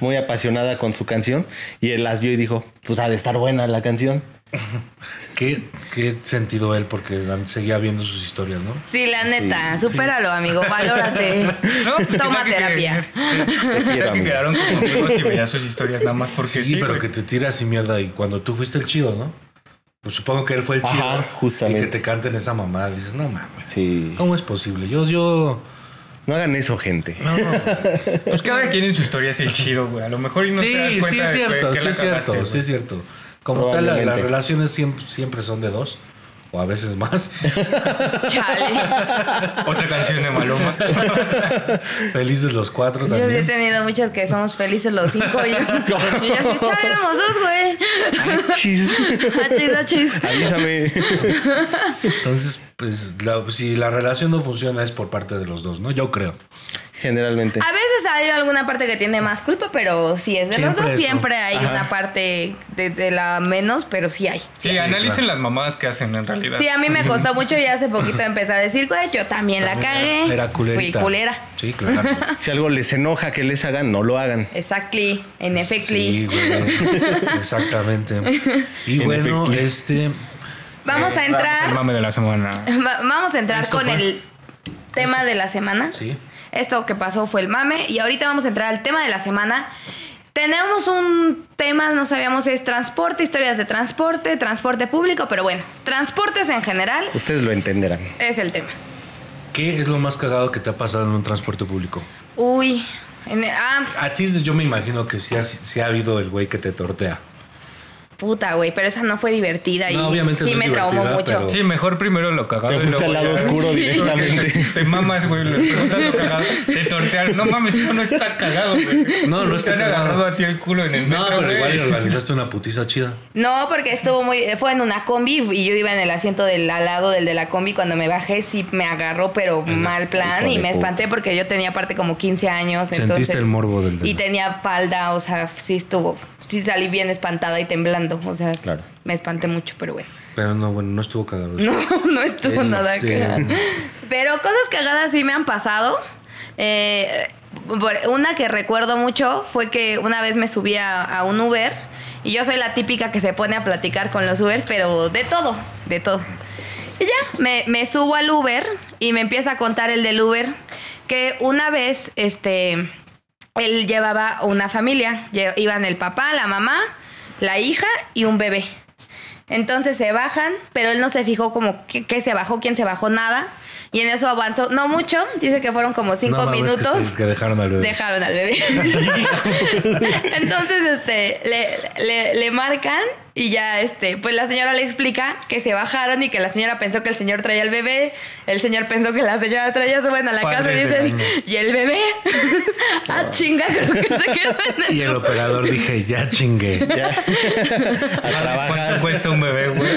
[SPEAKER 4] muy apasionada con su canción y él las vio y dijo, pues ha de estar buena la canción.
[SPEAKER 5] ¿Qué, qué sentido él? Porque seguía viendo sus historias, ¿no?
[SPEAKER 6] Sí, la neta, supéralo, amigo, valórate.
[SPEAKER 3] No, pues, ¿qué tal
[SPEAKER 6] Toma
[SPEAKER 3] que
[SPEAKER 6] terapia.
[SPEAKER 3] quedaron- ¿Qué tal
[SPEAKER 4] quiero,
[SPEAKER 3] que
[SPEAKER 4] amigo.
[SPEAKER 3] quedaron como amigos y veía sus historias nada más porque
[SPEAKER 5] Sí,
[SPEAKER 3] sí,
[SPEAKER 5] pero
[SPEAKER 3] güey.
[SPEAKER 5] que te tiras y mierda. Y cuando tú fuiste el chido, ¿no? Pues supongo que él fue el chido.
[SPEAKER 4] Ajá, justamente.
[SPEAKER 5] Y que te canten esa mamada. Dices, no mames.
[SPEAKER 4] Sí.
[SPEAKER 5] ¿Cómo es posible? Yo, yo.
[SPEAKER 4] No hagan eso, gente.
[SPEAKER 5] No.
[SPEAKER 3] Pues cada quien en su historia es el chido, güey. A lo mejor y no te das
[SPEAKER 5] sí,
[SPEAKER 3] cuenta
[SPEAKER 5] sí
[SPEAKER 3] de
[SPEAKER 5] es
[SPEAKER 3] que-
[SPEAKER 5] cierto,
[SPEAKER 3] que
[SPEAKER 5] sí
[SPEAKER 3] la
[SPEAKER 5] es cierto,
[SPEAKER 3] cagaste,
[SPEAKER 5] sí
[SPEAKER 3] güey.
[SPEAKER 5] es cierto. Como tal, la- las
[SPEAKER 4] Probablemente.
[SPEAKER 5] relaciones siempre, siempre son de dos. O a veces más.
[SPEAKER 6] Chale.
[SPEAKER 3] Otra canción de Maloma.
[SPEAKER 5] Felices los cuatro
[SPEAKER 6] Yo sí he
[SPEAKER 5] también.
[SPEAKER 6] tenido muchas que somos felices los cinco. Y yo, y yo así, chale, éramos dos, güey. Ah,
[SPEAKER 4] Chis.
[SPEAKER 6] Achis, achis.
[SPEAKER 4] Avísame.
[SPEAKER 5] Entonces, pues, la- si la relación no funciona es por parte de los dos, ¿no? Yo creo.
[SPEAKER 4] Generalmente.
[SPEAKER 6] A veces hay alguna parte que tiene más culpa, pero si es de los
[SPEAKER 5] Siempre
[SPEAKER 6] dos,
[SPEAKER 5] eso.
[SPEAKER 6] siempre hay
[SPEAKER 4] Ajá.
[SPEAKER 6] una parte de, de la menos, pero sí hay.
[SPEAKER 3] Sí, analicen las mamadas que hacen en realidad.
[SPEAKER 6] Sí, a mí me costó mucho y hace poquito empecé a decir, güey, yo también, la
[SPEAKER 5] También
[SPEAKER 6] cagué.
[SPEAKER 5] Era, era culerita.
[SPEAKER 6] Fui culera.
[SPEAKER 5] Sí, claro.
[SPEAKER 4] Si algo les enoja que les hagan, no lo hagan.
[SPEAKER 6] Exactly, en efecto.
[SPEAKER 5] Sí, güey. Exactamente. Y
[SPEAKER 4] En
[SPEAKER 5] bueno,
[SPEAKER 4] efecto.
[SPEAKER 5] este.
[SPEAKER 6] Vamos a entrar.
[SPEAKER 3] El mame de la semana.
[SPEAKER 6] Va- Vamos a entrar
[SPEAKER 5] Esto
[SPEAKER 6] con
[SPEAKER 5] fue.
[SPEAKER 6] el tema de la semana.
[SPEAKER 5] Sí.
[SPEAKER 6] Esto que pasó fue el mame. Y ahorita vamos a entrar al tema de la semana. Tenemos un tema, no sabíamos si es transporte, historias de transporte, transporte público, pero bueno, transportes en general
[SPEAKER 4] Ustedes lo entenderán.
[SPEAKER 6] es el tema.
[SPEAKER 5] ¿Qué es lo más cagado que te ha pasado en un transporte público?
[SPEAKER 6] Uy, en- ah,
[SPEAKER 5] A ti yo me imagino que sí ha, sí ha habido el güey que te tortea.
[SPEAKER 6] puta, güey, pero esa no fue divertida y
[SPEAKER 5] No, obviamente
[SPEAKER 6] sí
[SPEAKER 5] no es
[SPEAKER 6] me traumó
[SPEAKER 5] divertida,
[SPEAKER 6] mucho.
[SPEAKER 5] pero-
[SPEAKER 3] Sí, mejor primero lo cagado.
[SPEAKER 4] Te
[SPEAKER 3] y luego
[SPEAKER 4] fuiste al lado
[SPEAKER 3] ya.
[SPEAKER 4] oscuro
[SPEAKER 3] Sí,
[SPEAKER 4] directamente.
[SPEAKER 3] porque Te mamas, güey. Le preguntas lo cagado. Te tortearon. No mames, eso no está cagado, güey.
[SPEAKER 5] No, no está
[SPEAKER 3] Te han
[SPEAKER 5] cagado.
[SPEAKER 3] agarrado a ti el culo en el
[SPEAKER 5] No,
[SPEAKER 3] metro,
[SPEAKER 5] pero
[SPEAKER 3] güey.
[SPEAKER 5] igual organizaste una putiza chida.
[SPEAKER 6] No, porque estuvo muy. eh, Fue en una combi y yo iba en el asiento del al lado del de la combi. Cuando me bajé, sí me agarró, pero mal plan.
[SPEAKER 4] hijo
[SPEAKER 6] Y
[SPEAKER 4] de
[SPEAKER 6] me
[SPEAKER 4] puta.
[SPEAKER 6] espanté porque yo tenía aparte como 15 años.
[SPEAKER 5] Sentiste
[SPEAKER 6] entonces-
[SPEAKER 5] el morbo del
[SPEAKER 6] Y
[SPEAKER 5] dedo.
[SPEAKER 6] tenía falda, o sea, sí estuvo. Sí salí bien espantada y temblando. O sea,
[SPEAKER 4] Claro.
[SPEAKER 6] me espanté mucho, pero bueno.
[SPEAKER 5] Pero no, bueno, no estuvo cagado.
[SPEAKER 6] No, no estuvo
[SPEAKER 5] Este-
[SPEAKER 6] nada cagado. Pero cosas cagadas sí me han pasado. Eh, por- una que recuerdo mucho fue que una vez me subí a, a un Uber y yo soy la típica que se pone a platicar con los Ubers, pero de todo, de todo. Y ya, me, me subo al Uber y me empieza a contar el del Uber que una vez, este, él llevaba una familia. Lle- Iban el papá, la mamá, la hija y un bebé. Entonces se bajan, pero él no se fijó como qué, qué se bajó, quién se bajó, nada. Y en eso avanzó, no mucho, dice que fueron como cinco
[SPEAKER 5] mames, que
[SPEAKER 6] minutos.
[SPEAKER 5] se- Que, dejaron al bebé.
[SPEAKER 6] Dejaron al bebé. Entonces, este, le, le- le marcan y ya, este, pues la señora le explica que se bajaron y que la señora pensó que el señor traía al bebé, el señor pensó que la señora traía, suben a la
[SPEAKER 3] Padres
[SPEAKER 6] casa y
[SPEAKER 3] de
[SPEAKER 6] dicen,
[SPEAKER 3] año.
[SPEAKER 6] ¿y el bebé? ah, chinga, creo que se quedó en el
[SPEAKER 5] Y el operador dije, ya chingué.
[SPEAKER 4] Ya. A
[SPEAKER 3] ¿Cuánto
[SPEAKER 4] trabajar.
[SPEAKER 3] cuesta un bebé, güey?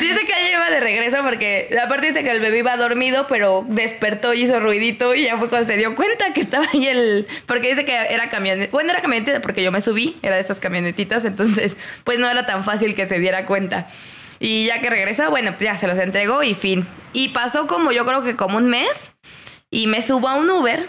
[SPEAKER 6] Dice que ella iba de regreso porque aparte dice que el bebé iba dormido, pero despertó y hizo ruidito y ya fue cuando se dio cuenta que estaba ahí el... Porque dice que era camioneta. Bueno, era camioneta porque yo me subí, era de estas camionetitas, entonces pues no era tan fácil que se diera cuenta. Y ya que regresó, bueno, pues ya se los entregó y fin. Y pasó como yo creo que como un mes y me subo a un Uber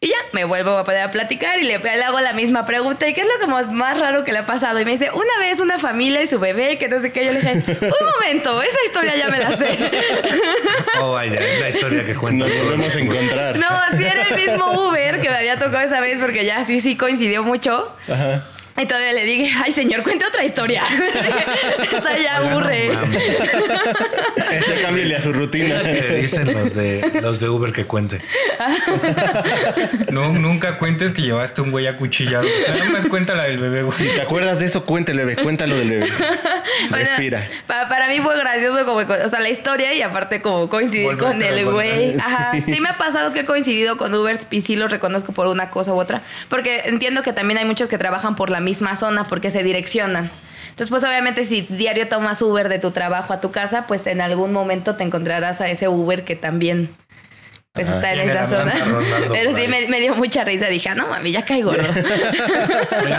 [SPEAKER 6] y ya me vuelvo a poder platicar y le, le hago la misma pregunta. ¿Y qué es lo que más, más raro que le ha pasado? Y me dice, una vez una familia y su bebé, que no sé qué. Yo le dije, un momento, esa historia ya me la sé.
[SPEAKER 5] Oh, vaya, es la historia que cuento.
[SPEAKER 4] Nos volvemos a encontrar.
[SPEAKER 6] No, así era el mismo Uber que me había tocado esa vez porque ya sí, sí coincidió mucho.
[SPEAKER 4] Ajá.
[SPEAKER 6] Y todavía le dije, ay señor, cuente otra historia. Esa ya
[SPEAKER 5] Oiga, no
[SPEAKER 6] aburre.
[SPEAKER 5] mames.
[SPEAKER 4] Ese cámbiale Este a su rutina.
[SPEAKER 5] Le dicen los de, los de Uber que cuente.
[SPEAKER 3] No, nunca cuentes que llevaste un güey acuchillado. Nada más cuenta la del bebé,
[SPEAKER 4] Si
[SPEAKER 3] güey.
[SPEAKER 4] te acuerdas de eso, cuéntale, bebé. Cuéntalo del bebé.
[SPEAKER 6] Bueno,
[SPEAKER 4] Respira.
[SPEAKER 6] pa- para, mí fue gracioso como, co- o sea, la historia y aparte como coincidir
[SPEAKER 3] Volverte
[SPEAKER 6] con
[SPEAKER 3] a
[SPEAKER 6] el
[SPEAKER 3] encontrar.
[SPEAKER 6] güey. Ajá. Sí me ha pasado que he coincidido con Ubers y sí lo reconozco por una cosa u otra. Porque entiendo que también hay muchos que trabajan por la misma zona porque se direccionan. Entonces, pues obviamente si diario tomas Uber de tu trabajo a tu casa, pues en algún momento te encontrarás a ese Uber que también... Pues está en
[SPEAKER 3] Tiene
[SPEAKER 6] esa
[SPEAKER 3] la
[SPEAKER 6] zona.
[SPEAKER 5] banda rondando
[SPEAKER 6] Pero
[SPEAKER 5] por
[SPEAKER 6] sí
[SPEAKER 5] ahí.
[SPEAKER 6] me, me dio mucha risa. Dije, "Ah, no mami, ya caigo.
[SPEAKER 5] Oiga,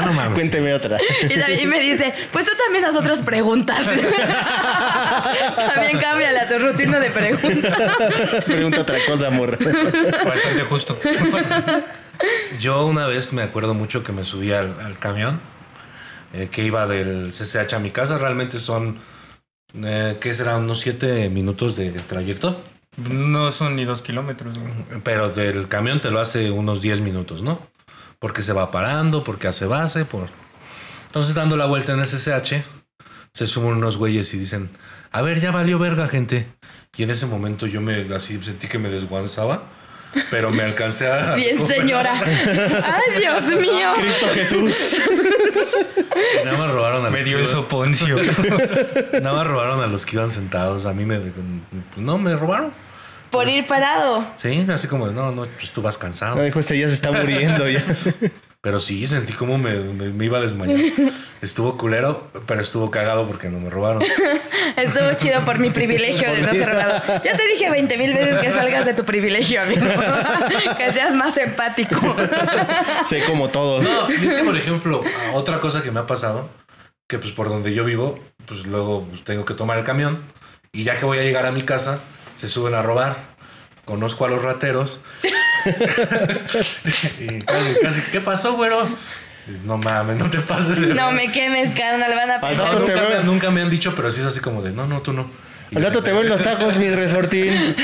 [SPEAKER 5] no mames.
[SPEAKER 4] Cuénteme otra.
[SPEAKER 6] Y, también- y me dice, pues tú también nosotros preguntas. también cámbiale a tu rutina de preguntas.
[SPEAKER 4] Pregunta otra cosa, amor.
[SPEAKER 3] Bastante justo.
[SPEAKER 5] Yo una vez me acuerdo mucho que me subí al, al camión eh, que iba del CCH a mi casa. Realmente son, eh, ¿qué será? Unos siete minutos de trayecto.
[SPEAKER 3] No son ni dos kilómetros, güey.
[SPEAKER 5] Pero del camión te lo hace unos 10 minutos, ¿no? Porque se va parando, porque hace base, por... Entonces dando la vuelta en el SSH, se suman unos güeyes y dicen, a ver, ya valió verga, gente. Y en ese momento yo me así sentí que me desguanzaba, pero me alcancé a...
[SPEAKER 6] Bien, señora. Ay, Dios mío.
[SPEAKER 4] Cristo Jesús.
[SPEAKER 5] Nada más robaron a los
[SPEAKER 3] Me dio
[SPEAKER 5] que
[SPEAKER 3] el
[SPEAKER 5] iban-
[SPEAKER 3] soponcio.
[SPEAKER 5] Nada más robaron a los que iban sentados. A mí me... pues, No, me robaron.
[SPEAKER 6] Por ir parado.
[SPEAKER 5] Sí, así como, de, no, no, pues tú vas cansado.
[SPEAKER 4] No, dijo, este ya se está muriendo. Ya.
[SPEAKER 5] Pero sí, sentí como me, me- me iba a desmayar. Estuvo culero, pero estuvo cagado porque no me robaron.
[SPEAKER 6] Estuvo chido por mi privilegio de no ser robado. Yo te dije 20 mil veces que salgas de tu privilegio, amigo. que seas más empático.
[SPEAKER 4] Sé como todo.
[SPEAKER 5] No, y es que, por ejemplo, a- otra cosa que me ha pasado, que pues por donde yo vivo, pues luego pues, tengo que tomar el camión y ya que voy a llegar a mi casa, se suben a robar. Conozco a los rateros. y casi, casi, ¿qué pasó, güero? Dices, no mames, no te pases. de
[SPEAKER 6] No
[SPEAKER 5] verga".
[SPEAKER 6] me quemes, carnal. Van a
[SPEAKER 4] Al
[SPEAKER 5] No,
[SPEAKER 4] rato te
[SPEAKER 5] nunca, me,
[SPEAKER 4] veo.
[SPEAKER 5] nunca me han dicho, pero sí es así como de, no, no, tú no.
[SPEAKER 4] Al rato te veo en los tacos, mi resortín.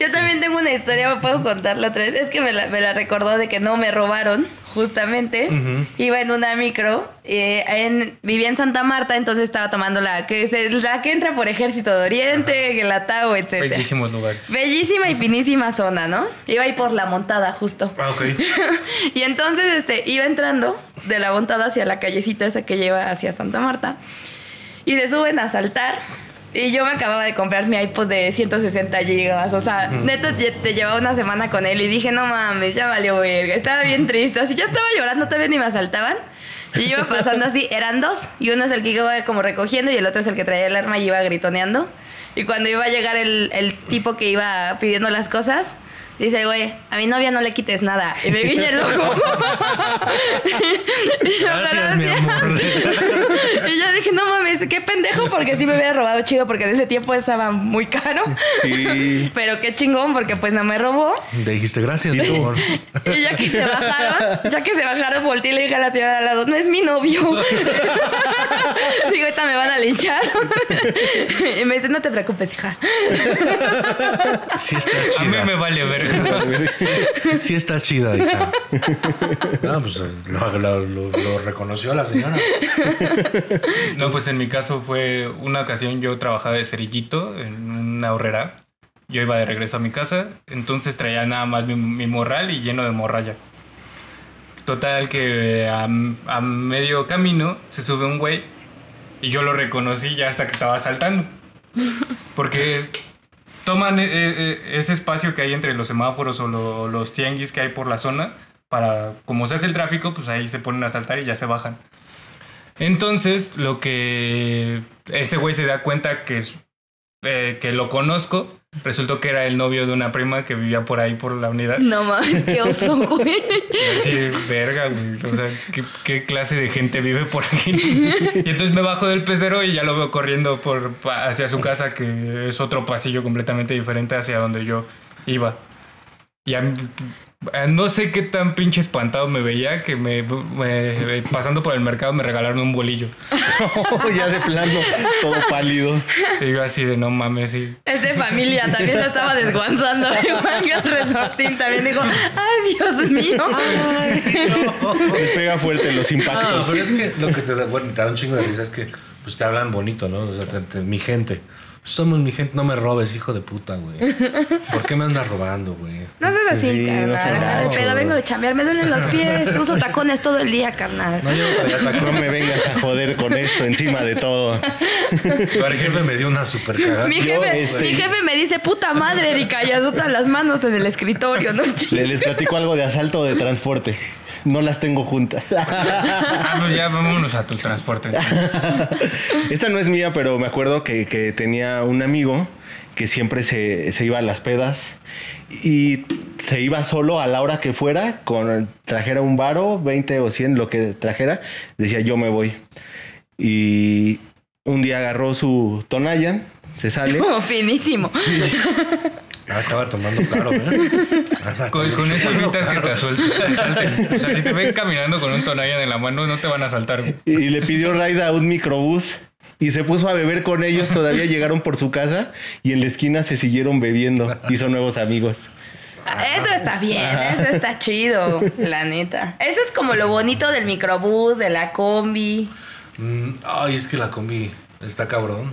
[SPEAKER 6] Yo también tengo una historia, puedo contarla otra vez. Es que me la, me la recordó de que no me robaron, justamente. Iba en una micro, eh, en- vivía en Santa Marta, entonces estaba tomando la que, se- la que entra por Ejército de Oriente, que la Tau, etc.
[SPEAKER 3] Bellísimos lugares.
[SPEAKER 6] Bellísima y finísima zona, ¿no? Iba ahí por la montada, justo.
[SPEAKER 5] Ah, ok.
[SPEAKER 6] y entonces este, iba entrando de la montada hacia la callecita esa que lleva hacia Santa Marta. Y se suben a saltar. Y yo me acababa de comprar mi iPod de 160 gigas. O sea, neta, te, te llevaba una semana con él. Y dije, no mames, ya valió verga. Estaba bien triste. Así, yo estaba llorando, todavía ni me asaltaban. Y yo iba pasando así, eran dos. Y uno es el que iba como recogiendo y el otro es el que traía el arma y iba gritoneando. Y cuando iba a llegar el, el tipo que iba pidiendo las cosas, dice, güey, a mi novia no le quites nada. Y me guiña el ojo. Y yo,
[SPEAKER 5] Gracias, mi
[SPEAKER 6] "Gracias".
[SPEAKER 5] amor.
[SPEAKER 6] Y yo dije, no mames, qué pendejo, porque sí me hubiera robado chido, porque de ese tiempo estaba muy caro.
[SPEAKER 4] Sí.
[SPEAKER 6] Pero qué chingón, porque pues no me robó.
[SPEAKER 5] Le dijiste gracias, mi amor.
[SPEAKER 6] Y ya que se bajaron, ya que se bajaron, volteé y le dije a la señora de al lado, no es mi novio. Digo, ahorita me van a linchar. y me dice, no te preocupes, hija.
[SPEAKER 5] Sí estás
[SPEAKER 3] A mí
[SPEAKER 5] chida.
[SPEAKER 3] me vale verga.
[SPEAKER 5] Sí estás chida, hija. No, pues no, lo, lo- lo reconoció la señora.
[SPEAKER 3] No, pues en mi caso fue una ocasión yo trabajaba de cerillito en una horrera. Yo iba de regreso a mi casa, entonces traía nada más mi, mi morral y lleno de morralla. Total que eh, a, a medio camino se sube un güey y yo lo reconocí ya hasta que estaba saltando. Porque toman eh, eh, ese espacio que hay entre los semáforos o lo- los tianguis que hay por la zona para, como se hace el tráfico, pues ahí se ponen a saltar y ya se bajan. Entonces, lo que ese güey se da cuenta que, es- eh, que lo conozco, resultó que era el novio de una prima que vivía por ahí, por la unidad.
[SPEAKER 6] No mames, qué oso, güey.
[SPEAKER 3] Y así, verga, güey. O sea, ¿qué, qué clase de gente vive por aquí? Y entonces me bajo del pecero y ya lo veo corriendo por, pa- hacia su casa, que es otro pasillo completamente diferente hacia donde yo iba. Y a mí- a no sé qué tan pinche espantado me veía que me, me- eh, pasando por el mercado me regalaron un bolillo.
[SPEAKER 4] ya de plano, todo pálido.
[SPEAKER 3] Y yo así de no mames, sí.
[SPEAKER 6] Es de familia, también lo estaba desguanzando. Igual que el resortín también dijo, ay, Dios mío.
[SPEAKER 4] Les pega fuerte los
[SPEAKER 5] No,
[SPEAKER 4] impactos.
[SPEAKER 5] pero es que lo que te da, bueno, te da un chingo de risa es que pues te hablan bonito, ¿no? O sea, te- te- mi gente. Somos mi gente, no me robes, hijo de puta, güey. ¿Por qué me andas robando, güey?
[SPEAKER 6] No seas así,
[SPEAKER 4] Sí, no
[SPEAKER 6] carnal.
[SPEAKER 4] seas
[SPEAKER 6] Al
[SPEAKER 4] gacho.
[SPEAKER 6] pedo, vengo de chambear, me duelen los pies, uso tacones todo el día, carnal.
[SPEAKER 5] No, yo no traía tacón.
[SPEAKER 4] No me vengas a joder con esto encima de todo.
[SPEAKER 5] Pero el jefe me dio una super cagada.
[SPEAKER 6] mi,
[SPEAKER 4] yo,
[SPEAKER 6] jefe,
[SPEAKER 4] este-
[SPEAKER 6] mi jefe me dice, puta madre, Erika, y azota las manos en el escritorio, ¿no?
[SPEAKER 4] Le- Les platico algo de asalto o de transporte. No las tengo juntas.
[SPEAKER 3] Ah, pues ya vámonos a tu transporte.
[SPEAKER 4] Esta no es mía, pero me acuerdo que, que tenía un amigo que siempre se, se iba a las pedas y se iba solo a la hora que fuera, con trajera un varo, 20 o 100, lo que trajera, decía yo me voy. Y un día agarró su Tonayan, se sale.
[SPEAKER 6] Como finísimo.
[SPEAKER 5] Ah, estaba tomando caro, ¿eh? Andaba
[SPEAKER 3] Con, con
[SPEAKER 5] tomando
[SPEAKER 3] eso evitas que
[SPEAKER 5] caro.
[SPEAKER 3] te asuelten, te asalten. O sea, si te ven caminando con un tonalla en la mano, no te van a asaltar. güey.
[SPEAKER 4] y le pidió raida a un microbús y se puso a beber con ellos. Todavía llegaron por su casa y en la esquina se siguieron bebiendo. Hizo nuevos amigos.
[SPEAKER 6] Eso está bien, eso está chido, la neta. Eso es como lo bonito del microbús, de la combi.
[SPEAKER 5] Mm, ay, es que la combi está cabrón.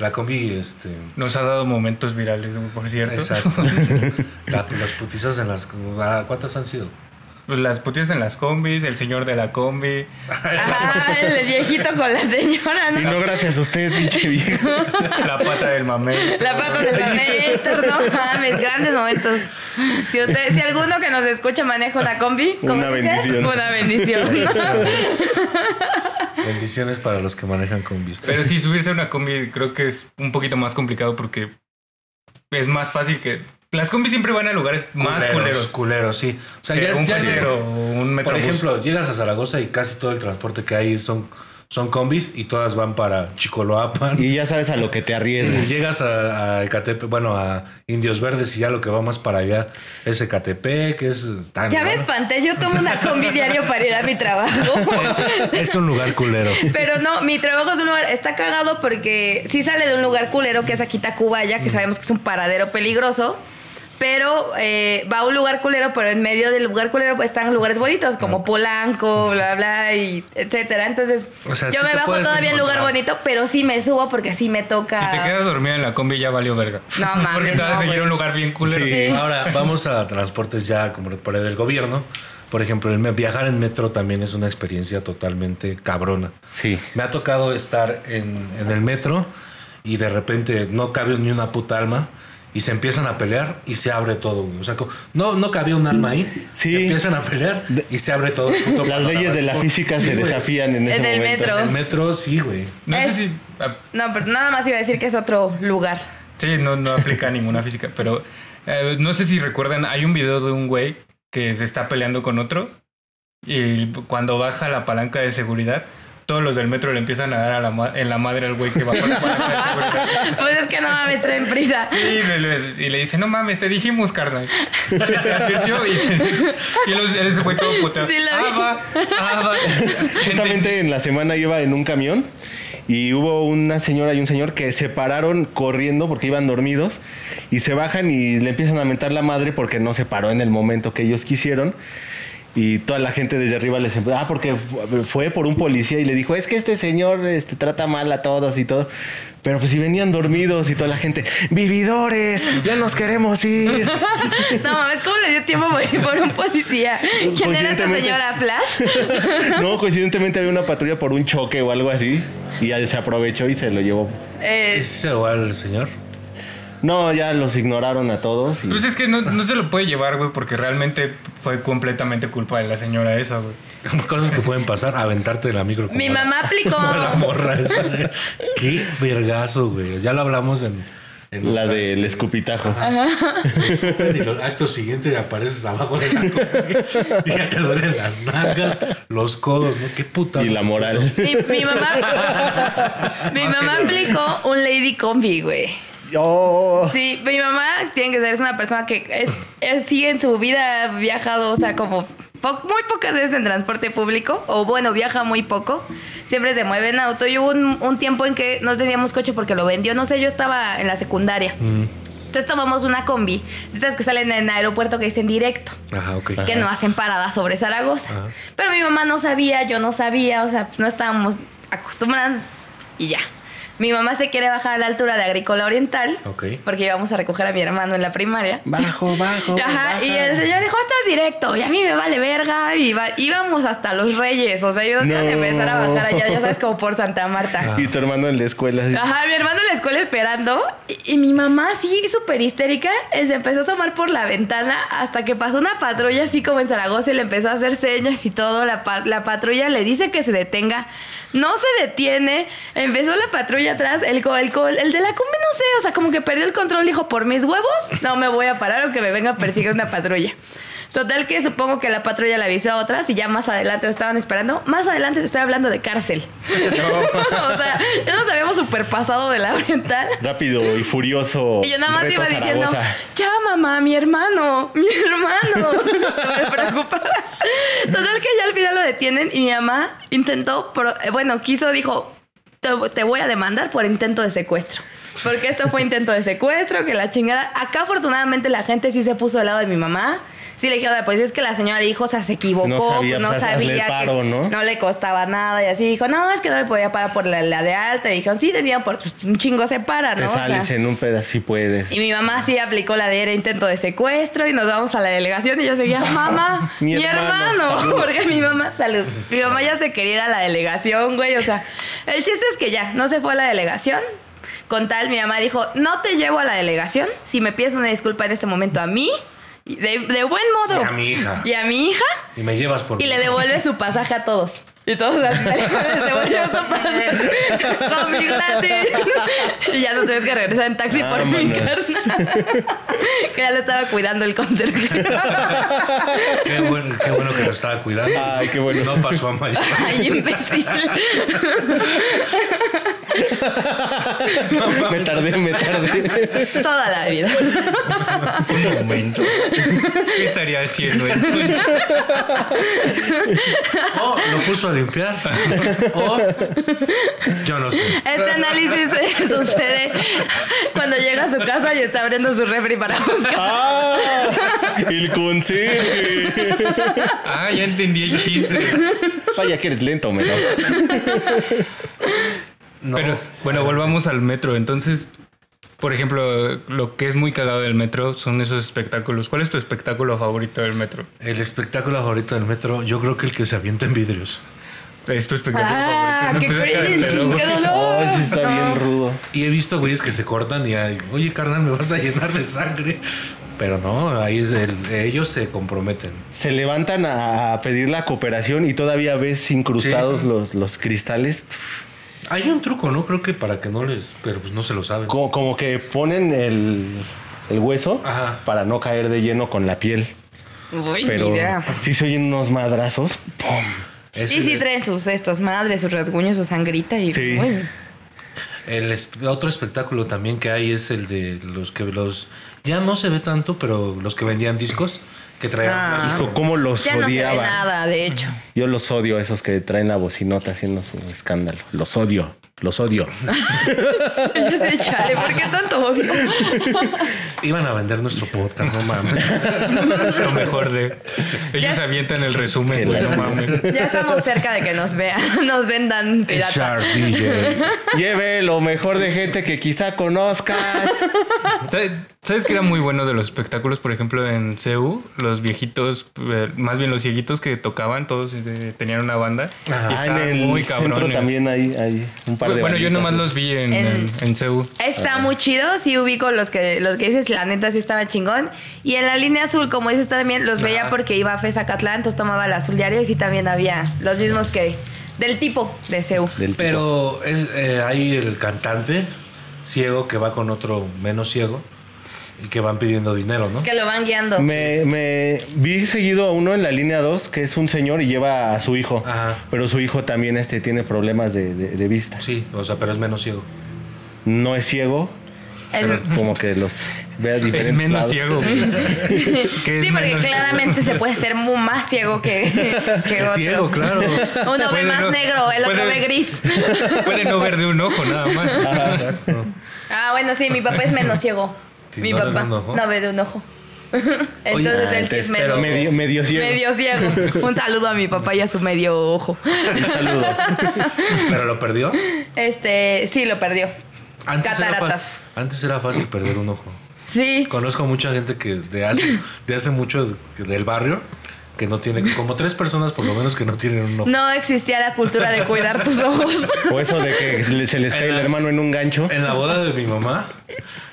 [SPEAKER 5] La combi, este.
[SPEAKER 3] Nos ha dado momentos virales, güey, por cierto.
[SPEAKER 5] Exacto. La- las putizas en las. ah, ¿Cuántas han sido?
[SPEAKER 3] Pues Las putillas en las combis, el señor de la combi.
[SPEAKER 6] Ajá, el viejito con la señora,
[SPEAKER 4] Y
[SPEAKER 6] ¿no?
[SPEAKER 4] no gracias a usted, pinche viejo.
[SPEAKER 3] La pata del mamey.
[SPEAKER 6] La pata del momento, no mames, grandes momentos. Si usted, si alguno que nos escucha maneja una combi, ¿cómo
[SPEAKER 4] Una
[SPEAKER 6] dices?
[SPEAKER 4] bendición.
[SPEAKER 6] Una bendición.
[SPEAKER 5] Bendiciones para los que manejan combis.
[SPEAKER 3] Pero sí, subirse a una combi creo que es un poquito más complicado porque es más fácil que... Las combis siempre van a lugares más
[SPEAKER 5] culeros,
[SPEAKER 3] culeros.
[SPEAKER 5] culeros, sí. O sea,
[SPEAKER 3] que
[SPEAKER 5] ya,
[SPEAKER 3] un
[SPEAKER 5] ya-
[SPEAKER 3] pasero o un
[SPEAKER 5] Por
[SPEAKER 3] metrobús.
[SPEAKER 5] ejemplo, llegas a Zaragoza y casi todo el transporte que hay son son combis y todas van para Chicoloapan.
[SPEAKER 4] Y ya sabes a lo que te
[SPEAKER 5] Y
[SPEAKER 4] arriesgas.
[SPEAKER 5] llegas a, a Ecatepec, bueno, a Indios Verdes y ya lo que va más para allá es Ecatepec, es... tan-
[SPEAKER 6] Ya me espanté, yo tomo una combi diario para ir a mi trabajo.
[SPEAKER 5] Pues Es un lugar culero.
[SPEAKER 6] Pero no, mi trabajo es un lugar, está cagado porque sí sale de un lugar culero que es aquí Tacubaya, que sabemos que es un paradero peligroso. Pero eh, va a un lugar culero, pero en medio del lugar culero pues, están lugares bonitos como Polanco, bla, bla, y etcétera. Entonces,
[SPEAKER 5] O sea,
[SPEAKER 6] yo
[SPEAKER 5] sí
[SPEAKER 6] me
[SPEAKER 5] te
[SPEAKER 6] bajo
[SPEAKER 5] puedes
[SPEAKER 6] todavía en un lugar
[SPEAKER 5] encontrar.
[SPEAKER 6] bonito, pero sí me subo porque sí me toca.
[SPEAKER 3] Si te quedas dormida en la combi ya valió verga.
[SPEAKER 6] No
[SPEAKER 3] Porque
[SPEAKER 6] mames,
[SPEAKER 3] te vas
[SPEAKER 6] no,
[SPEAKER 3] a seguir a
[SPEAKER 6] güey.
[SPEAKER 3] un lugar bien culero.
[SPEAKER 6] Sí.
[SPEAKER 5] Ahora, vamos a transportes ya como por el del gobierno. Por ejemplo, el me- viajar en metro también es una experiencia totalmente cabrona.
[SPEAKER 4] Sí.
[SPEAKER 5] Me ha tocado estar en, en el metro y de repente no cabe ni una puta alma y se empiezan a pelear y se abre todo. güey. O sea, co- no, no cabía un alma ahí.
[SPEAKER 4] Sí.
[SPEAKER 5] Empiezan a pelear y se abre todo. Puto
[SPEAKER 4] Las leyes de la
[SPEAKER 5] panorama.
[SPEAKER 4] física se
[SPEAKER 5] Sí, güey.
[SPEAKER 4] desafían en ese
[SPEAKER 6] En el
[SPEAKER 4] momento.
[SPEAKER 6] metro.
[SPEAKER 5] En el metro sí, güey.
[SPEAKER 3] No
[SPEAKER 6] Es-
[SPEAKER 3] sé si. ah,
[SPEAKER 6] No, pero nada más iba a decir que es otro lugar.
[SPEAKER 3] Sí, no, no aplica ninguna física, pero eh, no sé si recuerdan, hay un video de un güey que se está peleando con otro y cuando baja la palanca de seguridad, todos los del metro le empiezan a dar a la ma- en la madre al güey que bajó la
[SPEAKER 5] Ah,
[SPEAKER 3] palanca de seguridad.
[SPEAKER 6] Pues es que no mames, traen prisa.
[SPEAKER 3] Y le, le- y le dice, no mames, te dijimos, carnal. Se te advirtió y, y los, ese güey todo puteado.
[SPEAKER 6] Sí, lo vi.
[SPEAKER 3] "Ah, va, ah, va".
[SPEAKER 4] Justamente en la semana iba en un camión y hubo una señora y un señor que se pararon corriendo porque iban dormidos y se bajan y le empiezan a mentar la madre porque no se paró en el momento que ellos quisieron. Y toda la gente desde arriba les empe- ah, porque fu- fue por un policía y le dijo, es que este señor este, trata mal a todos y todo. Pero pues si venían dormidos y toda la gente, vividores, ya nos queremos ir.
[SPEAKER 6] No mames, ¿cómo le dio tiempo por ir por un policía? ¿Quién era esta
[SPEAKER 4] Conscientemente-
[SPEAKER 6] señora Flash?
[SPEAKER 4] No, coincidentemente había una patrulla por un choque o algo así y ya se aprovechó y se lo llevó.
[SPEAKER 6] Eh,
[SPEAKER 5] ¿Es ese lugar el señor?
[SPEAKER 4] No, ya los ignoraron a todos. y-
[SPEAKER 3] Pues es que no, no se lo puede llevar, güey, porque realmente fue completamente culpa de la señora esa, güey.
[SPEAKER 5] Cosas que pueden pasar, aventarte de la micro. como
[SPEAKER 6] Mi
[SPEAKER 5] la-
[SPEAKER 6] mamá aplicó.
[SPEAKER 5] como la morra esa. güey. Qué vergazo, güey. Ya lo hablamos en... en
[SPEAKER 4] La
[SPEAKER 5] otra,
[SPEAKER 4] del
[SPEAKER 5] este,
[SPEAKER 4] escupitajo.
[SPEAKER 5] Y lo- acto siguiente apareces abajo de la cama, y ya te duelen las nalgas, los codos, ¿no? Qué puta.
[SPEAKER 4] Y la moral.
[SPEAKER 6] Mi, mi mamá. mi mamá aplicó un lady combi, güey.
[SPEAKER 4] Oh,
[SPEAKER 6] Sí, mi mamá tiene que ser es una persona que es, es- sí en su vida ha viajado, o sea, como po- muy pocas veces en transporte público, o bueno, viaja muy poco, siempre se mueve en auto. Y hubo un, un tiempo en que no teníamos coche porque lo vendió, no sé, yo estaba en la secundaria.
[SPEAKER 5] Mm.
[SPEAKER 6] Entonces tomamos una combi, de estas que salen en aeropuerto que dicen directo.
[SPEAKER 5] Ajá, Ah, ok.
[SPEAKER 6] que no hacen parada sobre Zaragoza.
[SPEAKER 5] Ajá.
[SPEAKER 6] Pero mi mamá no sabía, yo no sabía, o sea, no estábamos acostumbrados y ya. Mi mamá se quiere bajar a la altura de Agrícola Oriental,
[SPEAKER 5] Ok.
[SPEAKER 6] porque íbamos a recoger a mi hermano en la primaria.
[SPEAKER 4] bajo, bajo. pues
[SPEAKER 6] Ajá,
[SPEAKER 4] baja.
[SPEAKER 6] y el señor dijo, esto es directo, y a mí me vale verga, y va- íbamos hasta Los Reyes, o sea, yo no.
[SPEAKER 4] No.
[SPEAKER 6] de empezar a bajar allá, ya sabes, como por Santa Marta.
[SPEAKER 4] Y tu hermano en la escuela. así,
[SPEAKER 6] Ajá, mi hermano en la escuela esperando y, y mi mamá así súper histérica eh, se empezó a asomar por la ventana hasta que pasó una patrulla así como en Zaragoza y le empezó a hacer señas y todo. La, pa- la patrulla le dice que se detenga. No se detiene. Empezó la patrulla atrás. El, co- el, co- el de la combi no sé, o sea, como que perdió el control. Dijo, por mis huevos no me voy a parar aunque me venga a perseguir una patrulla. Total que supongo que la patrulla la avisó a otras y ya más adelante estaban esperando. Más adelante te estoy hablando de cárcel. o sea, ya nos habíamos superpasado de la oriental.
[SPEAKER 4] Rápido y furioso.
[SPEAKER 6] Y yo nada más
[SPEAKER 4] reto
[SPEAKER 6] iba
[SPEAKER 4] a
[SPEAKER 6] diciendo,
[SPEAKER 4] Zaragoza.
[SPEAKER 6] ya mamá, mi hermano, mi hermano. Súper preocupada. Total que ya al final lo detienen y mi mamá intentó, pro- eh, bueno, quiso, dijo, te, te voy a demandar por intento de secuestro. Porque esto fue intento de secuestro, que la chingada. Acá afortunadamente la gente sí se puso del lado de mi mamá. Sí le dijeron, pues es que la señora dijo, o sea, se equivocó,
[SPEAKER 4] No sabía,
[SPEAKER 6] pues, no
[SPEAKER 4] pues, haz- hazle
[SPEAKER 6] sabía que
[SPEAKER 4] paro, ¿no?
[SPEAKER 6] le costaba nada y así dijo, no, es que no me podía parar por la, la de alta. Y dijeron, sí, tenía por pues, un chingo se para, ¿no?
[SPEAKER 4] Te
[SPEAKER 6] O sea,
[SPEAKER 4] sales en un pedazo si puedes.
[SPEAKER 6] y mi mamá sí aplicó la de era intento de secuestro y nos vamos a la delegación y yo seguía, mamá, mi,
[SPEAKER 4] Mi
[SPEAKER 6] hermano,
[SPEAKER 4] hermano, salud.
[SPEAKER 6] porque mi mamá, salud, mi mamá ya se quería ir a la delegación, güey, o sea, el chiste es que ya, no se fue a la delegación. Con tal, mi mamá dijo, no te llevo a la delegación si me pides una disculpa en este momento a mí, y de, de buen modo.
[SPEAKER 5] Y a mi hija.
[SPEAKER 6] Y a mi hija,
[SPEAKER 5] Y me llevas por...
[SPEAKER 6] y le devuelve su pasaje a todos. Y todos así saliendo de cebolla sopas con mi gratis. Y ya nos tienes que regresar en taxi por mi
[SPEAKER 4] Vámonos.
[SPEAKER 6] carnal. que ya lo estaba cuidando el conserje.
[SPEAKER 5] Qué bueno, qué bueno que lo estaba cuidando.
[SPEAKER 4] Ay, qué bueno.
[SPEAKER 5] No pasó a mayor.
[SPEAKER 6] Ay, imbécil.
[SPEAKER 4] me tardé, me tardé.
[SPEAKER 6] Toda la vida. Este
[SPEAKER 4] Un momento.
[SPEAKER 3] ¿Qué estaría haciendo entonces?
[SPEAKER 5] O Oh, lo puso a limpiar. O yo no sé.
[SPEAKER 6] Este análisis eh, sucede cuando llega a su casa y está abriendo su refri para buscar.
[SPEAKER 4] ¡Ah! El conserje.
[SPEAKER 3] Ah, ya entendí el chiste.
[SPEAKER 4] Vaya que eres lento, mero.
[SPEAKER 5] No.
[SPEAKER 3] Pero bueno, volvamos al metro. Entonces, por ejemplo, lo que es muy cagado del metro son esos espectáculos. ¿Cuál es tu espectáculo favorito del metro?
[SPEAKER 5] El espectáculo favorito del metro, yo creo que el que se avienta en vidrios.
[SPEAKER 3] Es tu espectáculo
[SPEAKER 6] Ah, qué
[SPEAKER 3] favorito. Eso te saca de
[SPEAKER 6] cringe, qué
[SPEAKER 3] pedo, güey.
[SPEAKER 4] Ay,
[SPEAKER 6] dolor.
[SPEAKER 4] Oh, sí está bien rudo.
[SPEAKER 5] Y he visto güeyes que se cortan y ay, oye carnal, me vas a llenar de sangre. Pero no, ahí es el- ellos se comprometen.
[SPEAKER 4] Se levantan a a pedir la cooperación y todavía ves incrustados
[SPEAKER 5] Sí.
[SPEAKER 4] los, los cristales.
[SPEAKER 5] Hay un truco, ¿no? Creo que para que no les... Pero pues no se lo saben.
[SPEAKER 4] Co- Como, que ponen el, el hueso
[SPEAKER 5] Ajá.
[SPEAKER 4] para no caer de lleno con la piel.
[SPEAKER 6] Uy,
[SPEAKER 4] Pero
[SPEAKER 6] mira.
[SPEAKER 4] sí se oyen unos madrazos.
[SPEAKER 5] Es
[SPEAKER 6] Sí, sí,
[SPEAKER 5] el-
[SPEAKER 6] traen sus estos madres, sus rasguños, su sangrita y
[SPEAKER 4] Sí.
[SPEAKER 6] uy.
[SPEAKER 5] El esp- otro espectáculo también que hay es el de los que los ya no se ve tanto, pero los que vendían discos que traían
[SPEAKER 6] Ah.
[SPEAKER 5] unas-
[SPEAKER 4] Co- ¿Cómo los
[SPEAKER 6] Ya no se ve
[SPEAKER 4] odiaba?
[SPEAKER 6] nada, de hecho.
[SPEAKER 4] Yo los odio, esos que traen la bocinota haciendo su escándalo. Los odio, los odio.
[SPEAKER 6] Yo sé, chale, ¿por qué tanto odio?
[SPEAKER 5] iban a vender nuestro podcast, no mames.
[SPEAKER 3] Lo mejor de. Ellos
[SPEAKER 6] Ya.
[SPEAKER 3] avientan el resumen, güey, no mames.
[SPEAKER 6] Ya estamos cerca de que nos vean, nos vendan pirata.
[SPEAKER 5] Shark DJ.
[SPEAKER 4] Lleve lo mejor de gente que quizá conozcas.
[SPEAKER 3] Ah. ¿Sabe- ¿Sabes qué era muy bueno de los espectáculos? Por ejemplo, en CEU, los viejitos, eh, más bien los cieguitos que tocaban, todos eh, tenían una banda. y
[SPEAKER 4] Ah, en
[SPEAKER 3] estaban
[SPEAKER 4] el
[SPEAKER 3] muy
[SPEAKER 4] centro
[SPEAKER 3] cabrones.
[SPEAKER 4] también hay, hay un par de
[SPEAKER 3] bueno, yo
[SPEAKER 4] banditas.
[SPEAKER 3] nomás los vi en,
[SPEAKER 6] En-
[SPEAKER 3] en, en CEU.
[SPEAKER 6] Está muy chido, sí ubico los que los que dices, la neta sí estaba chingón. Y en la línea azul, como dices también, los veía
[SPEAKER 5] Ajá.
[SPEAKER 6] porque iba a FESA Catlán, entonces tomaba el azul diario y sí también había los mismos que del tipo de CEU.
[SPEAKER 4] Del tipo.
[SPEAKER 5] Pero es, eh, hay el cantante ciego que va con otro menos ciego y que van pidiendo dinero, ¿no?
[SPEAKER 6] Que lo van guiando.
[SPEAKER 4] Me, me vi seguido a uno en la línea 2 que es un señor y lleva a su hijo.
[SPEAKER 5] Ajá.
[SPEAKER 4] Pero su hijo también este, tiene problemas de, de- de vista.
[SPEAKER 5] Sí, o sea, pero es menos ciego.
[SPEAKER 4] No es ciego,
[SPEAKER 6] Es-
[SPEAKER 4] pero como que los ve a diferentes
[SPEAKER 3] Es menos
[SPEAKER 4] lados. Ah,
[SPEAKER 3] ciego. güey. Que es
[SPEAKER 6] sí, porque
[SPEAKER 3] menos ciego.
[SPEAKER 6] claramente se puede ser mu- más ciego que, que
[SPEAKER 5] Es
[SPEAKER 6] otro.
[SPEAKER 5] ciego, claro.
[SPEAKER 6] Uno ve
[SPEAKER 3] Puede
[SPEAKER 6] más
[SPEAKER 3] no-
[SPEAKER 6] negro, el otro
[SPEAKER 3] puede-
[SPEAKER 6] ve gris.
[SPEAKER 3] Puede no ver de un ojo nada más.
[SPEAKER 6] Ah, bueno, sí, mi papá es menos ciego.
[SPEAKER 5] Sí,
[SPEAKER 6] mi
[SPEAKER 5] no ve de
[SPEAKER 6] papá
[SPEAKER 5] un ojo.
[SPEAKER 6] no ve de un ojo. Entonces
[SPEAKER 4] Ah,
[SPEAKER 6] él sí es
[SPEAKER 4] entonces,
[SPEAKER 6] medio,
[SPEAKER 4] medio, medio ciego.
[SPEAKER 6] medio ciego. Un saludo a mi papá y a su medio ojo.
[SPEAKER 4] Un saludo.
[SPEAKER 5] Pero lo perdió.
[SPEAKER 6] Este, sí, lo perdió.
[SPEAKER 5] era fa-
[SPEAKER 6] Cataratas.
[SPEAKER 5] antes era fácil perder un ojo.
[SPEAKER 6] Sí.
[SPEAKER 5] Conozco mucha gente que de hace, de hace mucho del barrio que no tiene, como tres personas por lo menos que no tienen un ojo.
[SPEAKER 6] No existía la cultura de cuidar tus ojos.
[SPEAKER 4] O eso de que se le- se les cae el hermano en un gancho.
[SPEAKER 5] En la boda de mi mamá,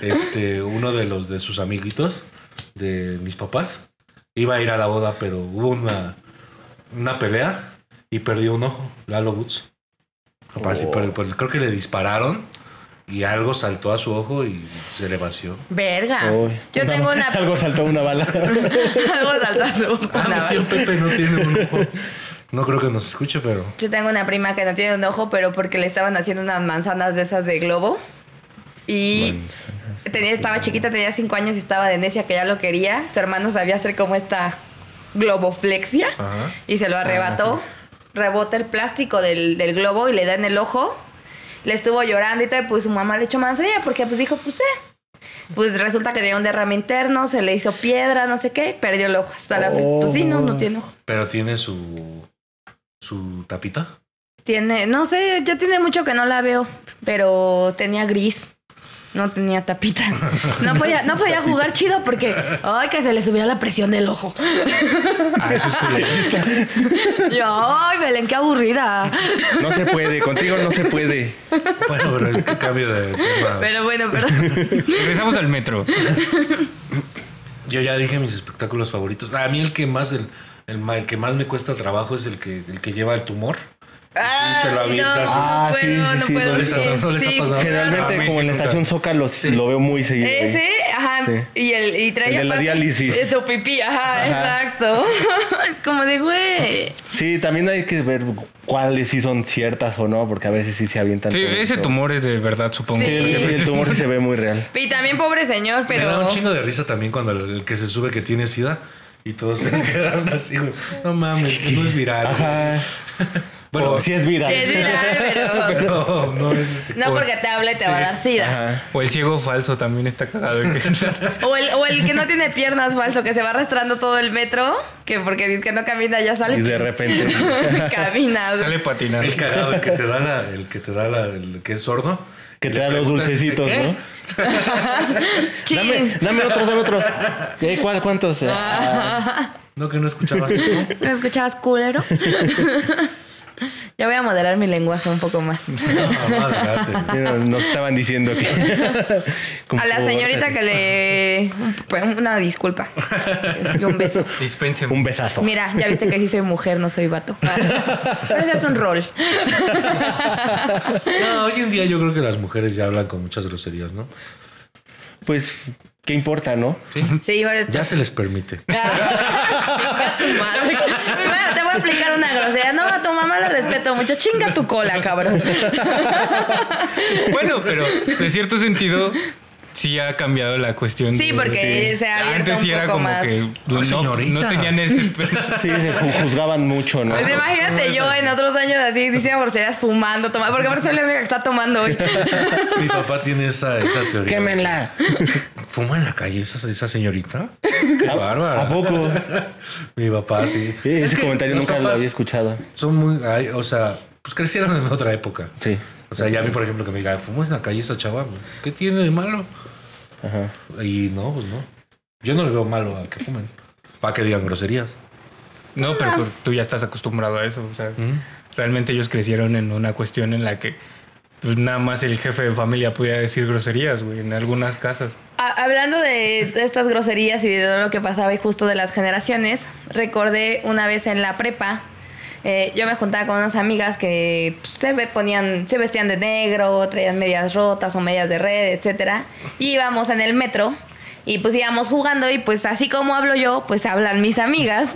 [SPEAKER 5] este, uno de los de sus amiguitos, de mis papás, iba a ir a la boda, pero hubo una, una pelea y perdió un ojo, Lalo Woods. Capaz sí, pero- pero creo que le dispararon y algo saltó a su ojo y se le vació.
[SPEAKER 6] Verga.
[SPEAKER 4] Uy,
[SPEAKER 6] Ah,
[SPEAKER 5] pues
[SPEAKER 6] Yo
[SPEAKER 4] una-
[SPEAKER 6] tengo una.
[SPEAKER 4] Algo saltó una bala.
[SPEAKER 6] algo saltó a su ojo,
[SPEAKER 5] Ah,
[SPEAKER 6] una
[SPEAKER 5] mi tío
[SPEAKER 6] bala.
[SPEAKER 5] Pepe no tiene un ojo. No creo que nos escuche, pero
[SPEAKER 6] Yo tengo una prima que no tiene un ojo, pero porque le estaban haciendo unas manzanas de esas de globo. Y tenía, estaba chiquita, tenía 5 años y estaba de necia, que ya lo quería. Su hermano sabía hacer como esta globoflexia
[SPEAKER 5] Ajá.
[SPEAKER 6] y se lo arrebató. Rebota el plástico del, del globo y le da en el ojo. Le estuvo llorando y todo, y pues su mamá le echó manzanilla porque pues dijo, pues eh. Pues resulta que tenía un derrame interno, se le hizo piedra, no sé qué, perdió el ojo hasta la fecha. Pues sí, no, no tiene ojo.
[SPEAKER 5] pero tiene su su tapita.
[SPEAKER 6] Tiene, no sé, yo tiene mucho que no la veo, pero tenía gris. No tenía tapita. No podía, no podía jugar chido porque, ay, que se le subía la presión del ojo. Yo, ay, Belén, qué aburrida.
[SPEAKER 4] No se puede, contigo no se puede.
[SPEAKER 5] Bueno, pero es que cambio de tema.
[SPEAKER 6] Pero bueno, pero
[SPEAKER 3] Regresamos al metro.
[SPEAKER 5] Yo ya dije mis espectáculos favoritos. A mí el que más el, el, ma- el que más me cuesta trabajo es el que el que lleva el tumor,
[SPEAKER 6] Ah,
[SPEAKER 5] te lo avientas.
[SPEAKER 4] Ah,
[SPEAKER 6] no,
[SPEAKER 4] sí, sí,
[SPEAKER 6] no puedo, no
[SPEAKER 4] sí,
[SPEAKER 6] puedo.
[SPEAKER 4] no les
[SPEAKER 5] ha- no les ha
[SPEAKER 6] Sí,
[SPEAKER 5] pasado.
[SPEAKER 4] Generalmente,
[SPEAKER 3] A mí sí,
[SPEAKER 4] como en la
[SPEAKER 3] nunca.
[SPEAKER 4] estación Zócalo, lo veo muy seguido. güey.
[SPEAKER 6] Ese, ajá.
[SPEAKER 4] Sí.
[SPEAKER 6] Y, el, y trae
[SPEAKER 4] El de la
[SPEAKER 6] aparte
[SPEAKER 4] diálisis.
[SPEAKER 6] Su pipí, ajá,
[SPEAKER 4] Ajá.
[SPEAKER 6] exacto. es como de, güey.
[SPEAKER 4] Sí, también hay que ver cuáles sí son ciertas o no, porque a veces sí se avientan.
[SPEAKER 3] Sí,
[SPEAKER 4] todo
[SPEAKER 3] ese
[SPEAKER 4] esto.
[SPEAKER 3] tumor es de verdad, supongo. pues,
[SPEAKER 4] Sí, sí, el tumor sí se ve muy real.
[SPEAKER 6] Y también, pobre señor,
[SPEAKER 5] Me da
[SPEAKER 6] pero.
[SPEAKER 5] un chingo de risa también cuando el, el que se sube que tiene sida y todos se quedaron así, güey. No mames, no es viral.
[SPEAKER 4] Ajá.
[SPEAKER 5] Bueno,
[SPEAKER 4] Bueno, sí es viral.
[SPEAKER 6] Sí, es viral, pero.
[SPEAKER 5] No, no es este.
[SPEAKER 6] No porque te habla y te va a dar sida.
[SPEAKER 4] Ajá.
[SPEAKER 3] O el ciego falso también está cagado.
[SPEAKER 6] O el, o el que no tiene piernas falso, que se va arrastrando todo el metro, que porque dice que no camina, ya sale.
[SPEAKER 4] Y de repente.
[SPEAKER 6] camina. o sea,
[SPEAKER 3] Sale patinando.
[SPEAKER 5] El cagado, el que te da la, el que te da la, el que es sordo.
[SPEAKER 4] Que
[SPEAKER 5] Y
[SPEAKER 4] te
[SPEAKER 5] le
[SPEAKER 4] da los
[SPEAKER 5] preguntas,
[SPEAKER 4] dulcecitos,
[SPEAKER 5] ¿qué?
[SPEAKER 4] ¿no?
[SPEAKER 6] chin.
[SPEAKER 4] Dame, dame otros, dame otros. Eh, ¿Cuál, ¿Cuántos? Ah,
[SPEAKER 5] No, que no escuchaba. ¿no?
[SPEAKER 6] ¿Me escuchabas culero? ya voy a moderar mi lenguaje un poco más.
[SPEAKER 5] No, no, adelante.
[SPEAKER 4] mira, nos estaban diciendo que.
[SPEAKER 6] A la señorita que le... pues, Una disculpa. Y un beso.
[SPEAKER 3] Dispénseme.
[SPEAKER 4] Un besazo.
[SPEAKER 6] Mira, ya viste que sí soy mujer, no soy vato. Ese es un rol.
[SPEAKER 5] No, hoy en día yo creo que las mujeres ya hablan con muchas groserías, ¿no?
[SPEAKER 4] Pues, ¿qué importa, no?
[SPEAKER 6] Sí, ahora
[SPEAKER 5] Ya se les permite.
[SPEAKER 6] Ah. Chinga tu madre. Bueno, te voy a aplicar una grosería. No, a tu mamá la respeto mucho. Chinga tu cola, cabrón.
[SPEAKER 3] Bueno, pero de cierto sentido sí ha cambiado la cuestión.
[SPEAKER 6] Sí,
[SPEAKER 3] de-
[SPEAKER 6] porque se ha abierto
[SPEAKER 3] Antes
[SPEAKER 6] un
[SPEAKER 3] sí era
[SPEAKER 6] poco
[SPEAKER 3] como
[SPEAKER 6] más.
[SPEAKER 3] que no,
[SPEAKER 5] señorita.
[SPEAKER 3] no tenían ese...
[SPEAKER 4] Sí, se ju- juzgaban mucho, ¿no?
[SPEAKER 6] Pues imagínate yo en otros años así diciendo groserías fumando, tomando, porque ahora soy la única que está tomando hoy.
[SPEAKER 5] Mi papá tiene esa, esa teoría.
[SPEAKER 4] ¡Quémenla!
[SPEAKER 5] ¿Fuma en la calle esa, esa señorita? Qué bárbara.
[SPEAKER 4] ¿A poco?
[SPEAKER 5] Mi papá, sí.
[SPEAKER 4] Ese
[SPEAKER 5] Es que
[SPEAKER 4] comentario
[SPEAKER 5] los
[SPEAKER 4] nunca lo
[SPEAKER 5] papás
[SPEAKER 4] había escuchado.
[SPEAKER 5] Son muy. ay, o sea, pues crecieron en otra época.
[SPEAKER 4] Sí.
[SPEAKER 5] O sea, ya a mí, por ejemplo, que me diga, ¿fumó en la calle esa chava? güey? ¿Qué tiene de malo?
[SPEAKER 4] Ajá.
[SPEAKER 5] Y no, pues no. Yo no le veo malo a que fumen. Para que digan groserías.
[SPEAKER 3] No, pero tú- tú ya estás acostumbrado a eso. O sea, realmente ellos crecieron en una cuestión en la que pues, nada más el jefe de familia podía decir groserías, güey, en algunas casas.
[SPEAKER 6] Ha- Hablando de estas groserías y de todo lo que pasaba y justo de las generaciones, recordé una vez en la prepa, eh, yo me juntaba con unas amigas que pues, se ve- ponían, se vestían de negro, traían medias rotas o medias de red, etcétera, y íbamos en el metro. Y pues íbamos jugando y pues así como hablo yo, pues hablan mis amigas.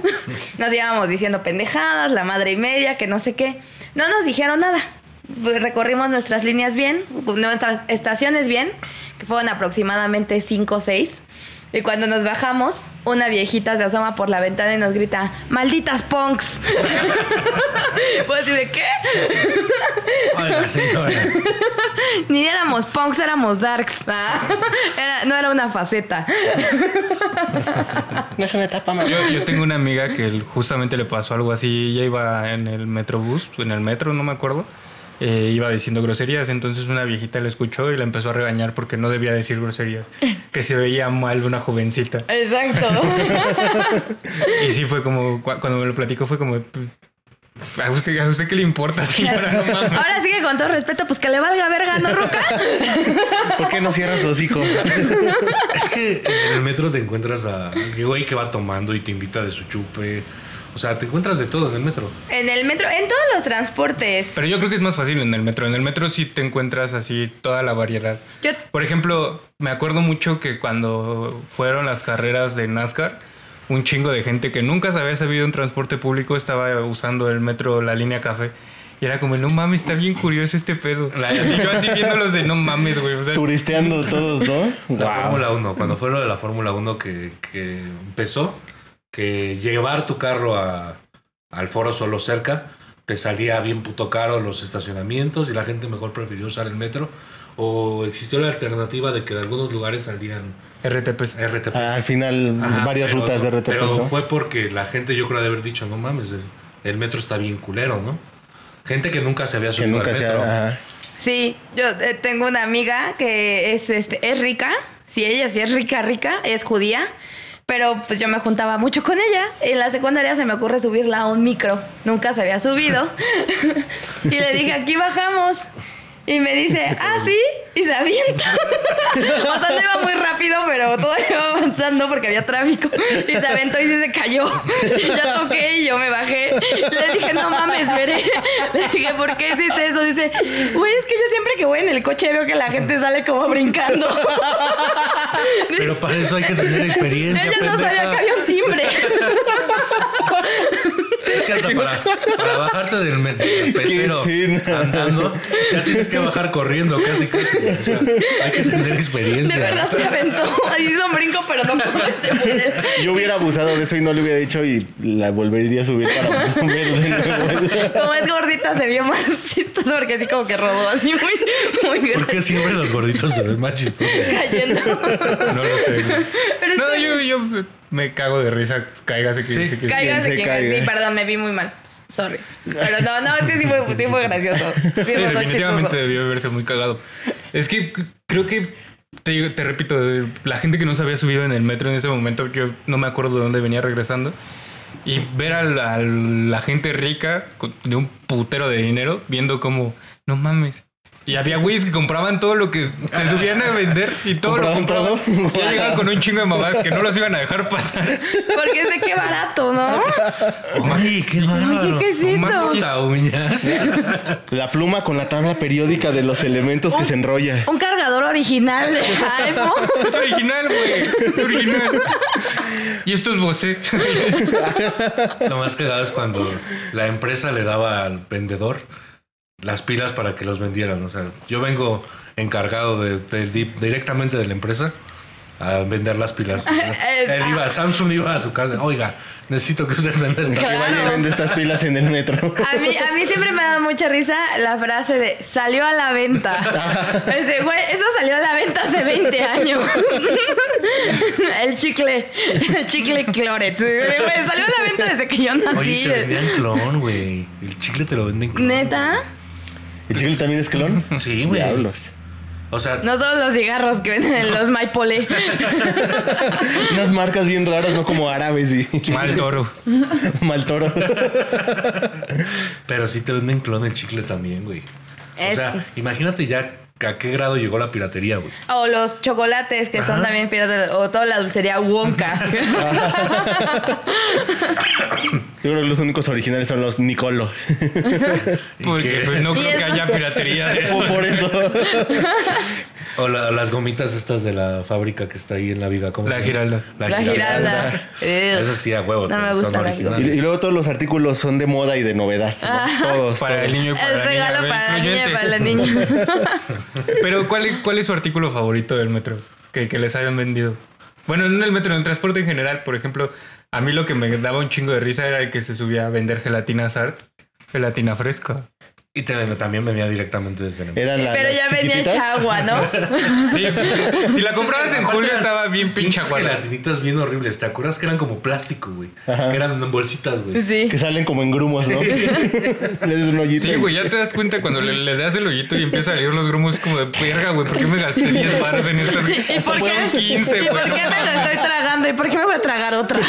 [SPEAKER 6] Nos íbamos diciendo pendejadas, la madre y media, que no sé qué. No nos dijeron nada pues, recorrimos nuestras líneas bien, nuestras estaciones bien, que fueron aproximadamente 5 o 6. Y cuando nos bajamos, una viejita se asoma por la ventana y nos grita, malditas punks. pues así de qué?
[SPEAKER 5] Oiga, señora.
[SPEAKER 6] Ni éramos punks, éramos darks. Ah, era- no era una faceta.
[SPEAKER 4] No es una etapa, mamá.
[SPEAKER 3] Yo, yo tengo una amiga que el- justamente le pasó algo así. Ella iba en el metrobús, en el metro, no me acuerdo. eh, iba diciendo groserías, entonces una viejita la escuchó y la empezó a regañar porque no debía decir groserías, que se veía mal una jovencita.
[SPEAKER 6] Exacto.
[SPEAKER 3] Y sí fue como, cu- cuando me lo platicó fue como, "Pues, ¿a usted, a usted qué le importa, señora? No mames".
[SPEAKER 6] Ahora sí que con todo respeto, pues que le valga verga, ¿no, Ruca?
[SPEAKER 4] ¿Por qué no cierras los hijos?
[SPEAKER 5] Es que en el metro te encuentras a alguien güey que va tomando y te invita de su chupe. O sea, te encuentras de todo en el metro.
[SPEAKER 6] En el metro, en todos los transportes.
[SPEAKER 3] Pero yo creo que es más fácil en el metro. En el metro sí te encuentras así toda la variedad.
[SPEAKER 6] Yo
[SPEAKER 3] Por ejemplo, me acuerdo mucho que cuando fueron las carreras de NASCAR, un chingo de gente que nunca se había sabido en transporte público estaba usando el metro, la línea café. Y era como, no mames, está bien curioso este pedo. Y yo así viéndolos de, no mames, güey. O sea,
[SPEAKER 4] Turisteando todos, ¿no?
[SPEAKER 5] La Fórmula 1, cuando fue lo de la Fórmula 1 que, que empezó, que llevar tu carro a, al foro solo cerca, te salía bien puto caro los estacionamientos y la gente mejor prefirió usar el metro. O existió la alternativa de que de algunos lugares salían
[SPEAKER 3] RTPs.
[SPEAKER 5] RTPs.
[SPEAKER 4] Ah, al final,
[SPEAKER 5] Ajá,
[SPEAKER 4] varias
[SPEAKER 5] pero-
[SPEAKER 4] rutas de RTP,
[SPEAKER 5] Pero
[SPEAKER 4] ¿no?
[SPEAKER 5] fue porque la gente, yo creo, de haber dicho, no mames, el, el metro está bien culero, ¿no? Gente que nunca se había
[SPEAKER 4] Que
[SPEAKER 5] subido
[SPEAKER 4] nunca
[SPEAKER 5] al
[SPEAKER 4] se
[SPEAKER 5] metro.
[SPEAKER 4] ha... ajá.
[SPEAKER 6] Sí, yo eh, tengo una amiga que es, este, es rica. Sí, ella sí es rica, rica, es judía. Pero pues yo me juntaba mucho con ella. En la secundaria se me ocurre subirla a un micro. Nunca se había subido. y le dije, aquí bajamos. Y me dice, ah, sí. Y se avienta. o sea, no iba muy rápido, rápido, pero todo iba avanzando porque había tráfico. Y se aventó y sí se cayó. Y ya toqué y yo me bajé. Le dije, no mames, veré. Le dije, ¿por qué hiciste eso? Dice, güey, es que yo siempre que voy en el coche veo que la gente sale como brincando.
[SPEAKER 5] Pero para eso hay que tener experiencia.
[SPEAKER 6] Ella no sabía
[SPEAKER 5] pendeja.
[SPEAKER 6] que había un timbre.
[SPEAKER 5] Es que hasta para, para bajarte del, me- del pecero
[SPEAKER 4] Qué escena.
[SPEAKER 5] andando, ya tienes que bajar corriendo casi, casi. O sea, hay que tener experiencia.
[SPEAKER 6] De verdad se aventó. Hizo un brinco, pero no pudo. y se fue.
[SPEAKER 4] Yo hubiera abusado de eso y no le hubiera dicho y la volvería a subir para comer de nuevo.
[SPEAKER 6] Como es gordita, se vio más chistoso porque así como que rodó así muy, muy
[SPEAKER 5] ¿Por
[SPEAKER 6] grande
[SPEAKER 5] qué siempre los gorditos se ven más chistosos?
[SPEAKER 6] cayendo.
[SPEAKER 5] No lo sé.
[SPEAKER 6] Pero es
[SPEAKER 3] No,
[SPEAKER 6] que-
[SPEAKER 3] yo, yo me cago de risa. Cáigase que
[SPEAKER 5] Sí.
[SPEAKER 3] se que-
[SPEAKER 6] Caiga
[SPEAKER 4] se
[SPEAKER 6] de quien
[SPEAKER 4] caiga.
[SPEAKER 6] caiga. Sí, perdón, me vi muy mal. Sorry. Pero no, no, es que sí fue, sí fue gracioso. Sí,
[SPEAKER 3] Sí,
[SPEAKER 6] fue
[SPEAKER 3] definitivamente
[SPEAKER 6] chistoso.
[SPEAKER 3] debió verse muy cagado. Es que c- creo que, te, digo- te repito, eh, la gente que no se había subido en el metro en ese momento, yo no me acuerdo de dónde venía regresando, y ver a la, a la gente rica con- de un putero de dinero viendo como, no mames. Y había güeyes que compraban todo lo que se subían a vender y todo lo
[SPEAKER 4] ¿Compraban
[SPEAKER 3] compraban.
[SPEAKER 4] todo?
[SPEAKER 3] Ya llegaban con un chingo de mamadas que no los iban a dejar pasar.
[SPEAKER 6] Porque es de qué barato, ¿no?
[SPEAKER 5] Oye, qué bárbaro.
[SPEAKER 6] ¿qué es esto?
[SPEAKER 5] Omar corta uñas.
[SPEAKER 4] La pluma con la tabla periódica de los elementos que se enrolla.
[SPEAKER 6] Un cargador original de iPhone.
[SPEAKER 3] Es original, güey. Es original. Y esto es Bosé.
[SPEAKER 5] Lo más cagado es cuando la empresa le daba al vendedor las pilas para que los vendieran. O sea, yo vengo encargado de, de- di- directamente de la empresa a vender las pilas.
[SPEAKER 6] Eh,
[SPEAKER 5] Él
[SPEAKER 6] ah.
[SPEAKER 5] iba, Samsung iba a su casa. Oiga, necesito que usted venda esta.
[SPEAKER 4] Que vaya y vende estas pilas en el metro.
[SPEAKER 6] A mí, a mí siempre me da mucha risa la frase de salió a la venta. Ese, güey, eso salió a la venta hace 20 años. El chicle, el chicle Cloret. Güey, salió a la venta desde que yo nací.
[SPEAKER 5] Oye, te vendían clon, güey. El chicle te lo venden clon.
[SPEAKER 6] Neta,
[SPEAKER 4] ¿El chicle también es clon?
[SPEAKER 5] Sí, güey.
[SPEAKER 4] Diablos.
[SPEAKER 5] O sea,
[SPEAKER 6] no solo los cigarros que venden en los Maipole.
[SPEAKER 4] Unas marcas bien raras, no como árabes y
[SPEAKER 3] Mal toro.
[SPEAKER 4] mal toro.
[SPEAKER 5] pero sí te venden clon el chicle también, güey. O
[SPEAKER 6] Es-
[SPEAKER 5] sea,
[SPEAKER 3] Este.
[SPEAKER 5] imagínate ya a qué grado llegó la piratería, güey.
[SPEAKER 6] O los chocolates que son
[SPEAKER 5] Ajá.
[SPEAKER 6] también piratas. O toda la dulcería Wonka.
[SPEAKER 4] Yo creo que los únicos originales son los Nicolo.
[SPEAKER 5] Y
[SPEAKER 3] Porque
[SPEAKER 5] que-
[SPEAKER 3] pues, no
[SPEAKER 6] Y
[SPEAKER 3] creo
[SPEAKER 6] es-
[SPEAKER 3] que haya piratería de eso.
[SPEAKER 4] O por eso.
[SPEAKER 5] O la- las gomitas estas de la fábrica que está ahí en la viga. ¿cómo
[SPEAKER 3] La
[SPEAKER 5] se llama?
[SPEAKER 3] Giralda.
[SPEAKER 6] La Giralda.
[SPEAKER 5] Esas sí, a huevo.
[SPEAKER 6] No me
[SPEAKER 5] son
[SPEAKER 6] gustan las
[SPEAKER 4] Y,
[SPEAKER 5] originales.
[SPEAKER 4] y luego todos los artículos son de moda y de novedad. ¿no?
[SPEAKER 6] Ah.
[SPEAKER 4] Todos.
[SPEAKER 3] Para
[SPEAKER 4] todos.
[SPEAKER 3] el niño y para
[SPEAKER 6] El
[SPEAKER 3] la niña.
[SPEAKER 6] regalo
[SPEAKER 3] güey,
[SPEAKER 6] para la niña y
[SPEAKER 3] incluyente.
[SPEAKER 6] para la niña.
[SPEAKER 3] Pero ¿cuál, es- ¿cuál es su artículo favorito del metro que, que les hayan vendido? Bueno, no en el metro, en el transporte en general, por ejemplo, a mí lo que me daba un chingo de risa era el que se subía a vender gelatina Sart, gelatina fresca.
[SPEAKER 5] Y te ven- también venía directamente desde el
[SPEAKER 4] Eran la-
[SPEAKER 6] Pero
[SPEAKER 4] las
[SPEAKER 6] ya venía
[SPEAKER 4] chiquititas.
[SPEAKER 6] hecha agua, ¿no?
[SPEAKER 3] Sí, si la comprabas en
[SPEAKER 5] Aparte
[SPEAKER 3] julio
[SPEAKER 5] eran
[SPEAKER 3] estaba bien pinche
[SPEAKER 5] pinches
[SPEAKER 3] guarda.
[SPEAKER 5] gelatinitas bien horribles. ¿Te acuerdas que eran como plástico, güey?
[SPEAKER 4] Ajá.
[SPEAKER 5] Que eran en bolsitas, güey.
[SPEAKER 6] Sí.
[SPEAKER 4] Que salen como en grumos, ¿no? Le des un hoyito.
[SPEAKER 3] Sí,
[SPEAKER 4] y-
[SPEAKER 3] güey, ya te das cuenta cuando le, le das el hoyito y empieza a salir los grumos como de verga, güey. ¿Por qué me gasté 10 baros en estas?
[SPEAKER 6] ¿Y por
[SPEAKER 3] Fueron
[SPEAKER 6] qué?
[SPEAKER 3] 15,
[SPEAKER 6] ¿Y por
[SPEAKER 3] güey. no
[SPEAKER 6] qué me lo
[SPEAKER 3] mames.
[SPEAKER 6] estoy tragando? ¿Y por qué me voy a tragar otra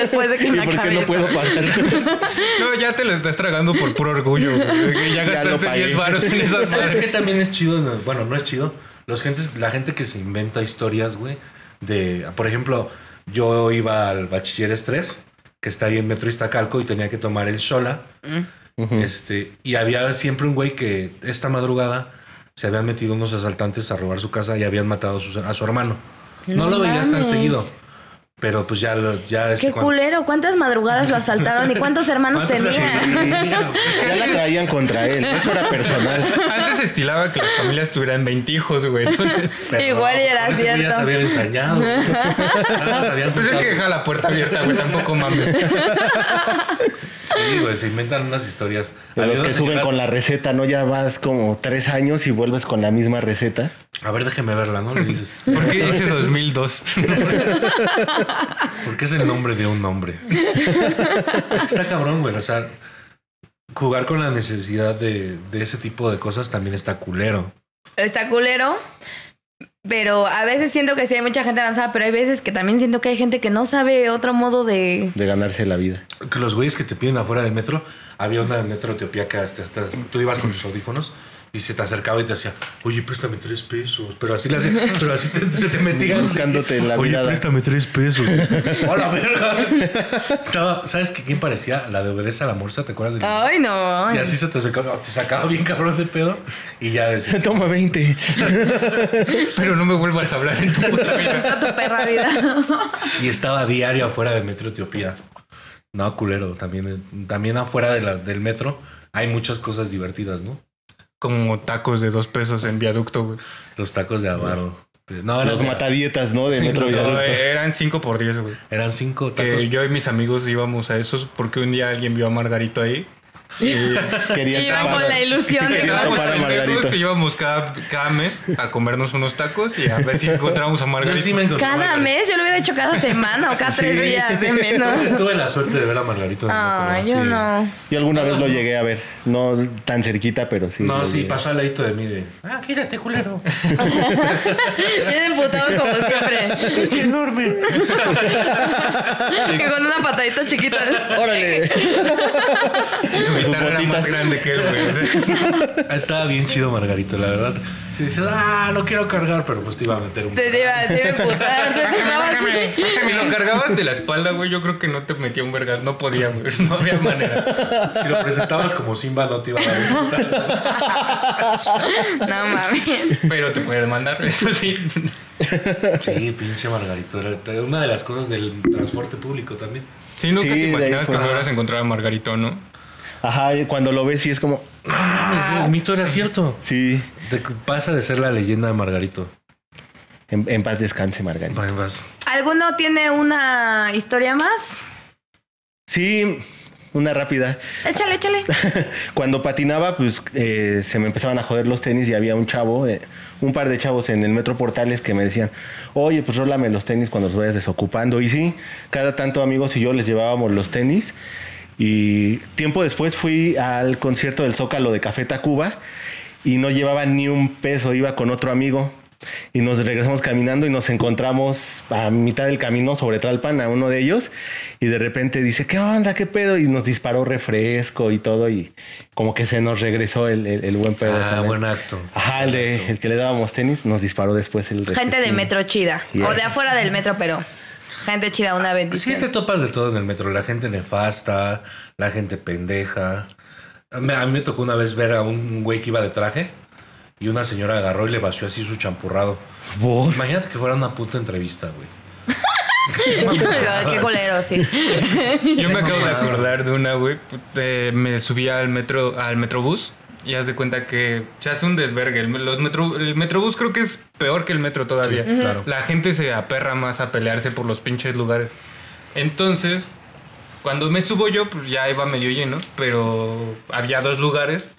[SPEAKER 6] después de que
[SPEAKER 4] ¿Y
[SPEAKER 6] me
[SPEAKER 4] por qué
[SPEAKER 6] acabe?
[SPEAKER 4] no
[SPEAKER 6] esta?
[SPEAKER 4] puedo parar?
[SPEAKER 3] No, ya te lo estás tragando por puro orgullo. güey, de que ya
[SPEAKER 4] Ya lo
[SPEAKER 3] gastaste
[SPEAKER 4] pagué.
[SPEAKER 3] 10 baros en esas
[SPEAKER 5] ¿Sabes
[SPEAKER 3] madres.
[SPEAKER 5] qué también es chido? No, Bueno, no es chido. Los gentes, la gente que se inventa historias, güey. De, por ejemplo, yo iba al Bachilleres 3, que está ahí en Metro Iztacalco, y tenía que tomar el Shola.
[SPEAKER 6] Mm.
[SPEAKER 5] Este, y había siempre un güey que esta madrugada se habían metido unos asaltantes a robar su casa y habían matado a su, a su hermano. No,
[SPEAKER 6] No
[SPEAKER 5] lo veías tan
[SPEAKER 6] mames.
[SPEAKER 5] seguido. Pero pues ya, lo- ya este,
[SPEAKER 6] Qué
[SPEAKER 5] cuando-
[SPEAKER 6] culero, ¿cuántas madrugadas lo asaltaron y cuántos hermanos
[SPEAKER 5] ¿cuántos
[SPEAKER 6] tenía?
[SPEAKER 5] asesinos?
[SPEAKER 4] Ya la traían contra él. Eso era personal.
[SPEAKER 3] Antes se estilaba que las familias tuvieran 20 hijos, güey. Entonces,
[SPEAKER 6] Igual y era
[SPEAKER 5] con ese güey Ya
[SPEAKER 6] cierto.
[SPEAKER 5] se habían ensañado. güey. Nada más habían
[SPEAKER 3] pues es
[SPEAKER 5] juntado.
[SPEAKER 3] que deja la puerta abierta, güey. Tampoco mames.
[SPEAKER 5] Sí, güey, se inventan unas historias.
[SPEAKER 4] De los
[SPEAKER 5] Había
[SPEAKER 4] que
[SPEAKER 5] una
[SPEAKER 4] suben
[SPEAKER 5] señora-
[SPEAKER 4] con la receta, ¿no? Ya vas como tres años y vuelves con la misma receta.
[SPEAKER 5] A ver, déjeme verla, ¿no? Le dices,
[SPEAKER 3] ¿Por qué dice 2002?
[SPEAKER 5] ¿por qué es el nombre de un hombre? Está cabrón, güey. O sea, jugar con la necesidad de, de ese tipo de cosas también está culero.
[SPEAKER 6] Está culero. Pero a veces siento que sí hay mucha gente avanzada, pero hay veces que también siento que hay gente que no sabe otro modo de...
[SPEAKER 4] De ganarse la vida.
[SPEAKER 5] Que este, los güeyes que te piden afuera del metro, había una en metro Etiopía que hasta, hasta- tú ibas con tus audífonos Y se te acercaba y te hacía, oye, préstame tres pesos. Pero así, le hacía- pero así te- se te metía. así.
[SPEAKER 4] Buscándote en la
[SPEAKER 5] Oye,
[SPEAKER 4] mirada.
[SPEAKER 5] préstame tres pesos. Hola, verga. Estaba, ¿Sabes qué? quién parecía? La de Obedece a la Morsa, ¿te acuerdas de
[SPEAKER 6] Ay, no.
[SPEAKER 5] Y así se te sacaba, te sacaba bien cabrón de pedo. Y ya decía,
[SPEAKER 4] Toma 20.
[SPEAKER 3] Pero no me vuelvas a hablar en tu puta vida.
[SPEAKER 6] A tu perra vida.
[SPEAKER 5] y estaba diario afuera de Metro Etiopía. No, culero, también, también afuera de la- del metro hay muchas cosas divertidas, ¿no?
[SPEAKER 3] Como tacos de dos pesos en viaducto, güey.
[SPEAKER 5] Los tacos de avaro. No, eran,
[SPEAKER 4] Los matadietas, ¿no? De
[SPEAKER 5] Sí,
[SPEAKER 4] Metro
[SPEAKER 5] los
[SPEAKER 3] No,
[SPEAKER 4] Viaducto.
[SPEAKER 3] eran cinco por diez, güey.
[SPEAKER 5] eran cinco tacos.
[SPEAKER 3] Que yo y mis amigos íbamos a esos porque un día alguien vio a Margarito ahí. Y
[SPEAKER 4] Querían
[SPEAKER 6] Iba
[SPEAKER 4] tapar-
[SPEAKER 6] con la ilusión de
[SPEAKER 4] Querían
[SPEAKER 6] no.
[SPEAKER 4] tapar a Margarito.
[SPEAKER 3] pendejos y íbamos cada, cada mes a comernos unos tacos y a ver si encontrábamos a
[SPEAKER 5] Yo
[SPEAKER 3] Margarito.
[SPEAKER 5] sí me encontré a
[SPEAKER 6] Cada
[SPEAKER 5] Margarito.
[SPEAKER 6] mes yo lo hubiera hecho cada semana o cada tres
[SPEAKER 5] Sí.
[SPEAKER 6] días de menos.
[SPEAKER 5] Tuve la suerte de ver a Margarito. en el metro,
[SPEAKER 6] Ay,
[SPEAKER 5] sí.
[SPEAKER 6] Ah, yo no.
[SPEAKER 4] Yo alguna vez lo llegué a ver. No tan cerquita, pero sí.
[SPEAKER 5] No,
[SPEAKER 4] lo
[SPEAKER 5] sí,
[SPEAKER 4] llegué.
[SPEAKER 5] pasó al ladito de mí de, ah, quítate, culero.
[SPEAKER 6] Bien emputado como siempre.
[SPEAKER 5] Pinche enorme.
[SPEAKER 6] Que con una patadita chiquita.
[SPEAKER 4] ¡Órale!
[SPEAKER 3] Y su
[SPEAKER 4] sus
[SPEAKER 3] guitarra era
[SPEAKER 4] botitas.
[SPEAKER 3] más grande que él, güey.
[SPEAKER 5] Ah, Estaba bien chido Margarito, la verdad. Si dices, ah, lo quiero cargar, pero pues te iba a meter un...
[SPEAKER 6] Se te iba, se iba a emputar. te sacaba así.
[SPEAKER 3] Si lo cargabas de la espalda, güey, yo creo que no te metía un vergas. No podía, güey. No había manera.
[SPEAKER 5] Si lo presentabas como Simba, no te iba a dar un putazo.
[SPEAKER 6] No mames.
[SPEAKER 3] Pero te puedes mandar, eso sí.
[SPEAKER 5] Sí, pinche Margarito. Era una de las cosas del transporte público también.
[SPEAKER 3] Sí, nunca
[SPEAKER 4] Sí,
[SPEAKER 3] te
[SPEAKER 4] de ahí
[SPEAKER 3] imaginabas que
[SPEAKER 4] fue.
[SPEAKER 3] me hubieras encontrado a Margarito, ¿no?
[SPEAKER 4] Ajá, y cuando lo ves, sí es como.
[SPEAKER 5] Ah, el mito era cierto.
[SPEAKER 4] Sí.
[SPEAKER 5] Te pasa de ser la leyenda de Margarito. Ah,
[SPEAKER 4] En, en paz descanse, Margarita.
[SPEAKER 5] Vas, vas.
[SPEAKER 6] ¿Alguno tiene una historia más?
[SPEAKER 4] Sí, una rápida.
[SPEAKER 6] Échale, échale.
[SPEAKER 4] Cuando patinaba, pues eh, se me empezaban a joder los tenis y había un chavo, eh, un par de chavos en el Metro Portales que me decían, oye, pues rólame los tenis cuando los vayas desocupando. Y sí, cada tanto amigos y yo les llevábamos los tenis. Y tiempo después fui al concierto del Zócalo de Café Tacuba y no llevaba ni un peso, iba con otro amigo. Y nos regresamos caminando y nos encontramos a mitad del camino sobre Tlalpan a uno de ellos. Y de repente dice, ¿qué onda? ¿Qué pedo? Y nos disparó refresco y todo. Y como que se nos regresó el, el- el buen pedo.
[SPEAKER 5] Ah,
[SPEAKER 4] También.
[SPEAKER 5] buen acto.
[SPEAKER 4] Ajá, el, de, el que le dábamos tenis nos disparó después el
[SPEAKER 6] Gente de
[SPEAKER 4] refresquín.
[SPEAKER 6] metro chida. O de
[SPEAKER 4] Yes.
[SPEAKER 6] afuera del metro, pero. Gente chida, una
[SPEAKER 5] Pues Sí, te
[SPEAKER 6] bendición.
[SPEAKER 5] topas de todo en el metro. La gente nefasta, la gente pendeja. A mí, a mí me tocó una vez ver a un güey que iba de traje y una señora agarró y le vació así su champurrado. Imagínate que fuera una puta entrevista, güey.
[SPEAKER 6] Qué culero, sí.
[SPEAKER 3] Yo me acabo de
[SPEAKER 5] mamada.
[SPEAKER 3] acordar de una, güey. Eh, me subí al metro, al metrobús y haz de cuenta que se hace un desvergue. El, los metro, el metrobús creo que es peor que el metro todavía.
[SPEAKER 5] Sí, Ujú. claro.
[SPEAKER 3] La gente se aperra más a pelearse por los pinches lugares. Entonces, cuando me subo yo, pues ya iba medio lleno, pero había dos lugares.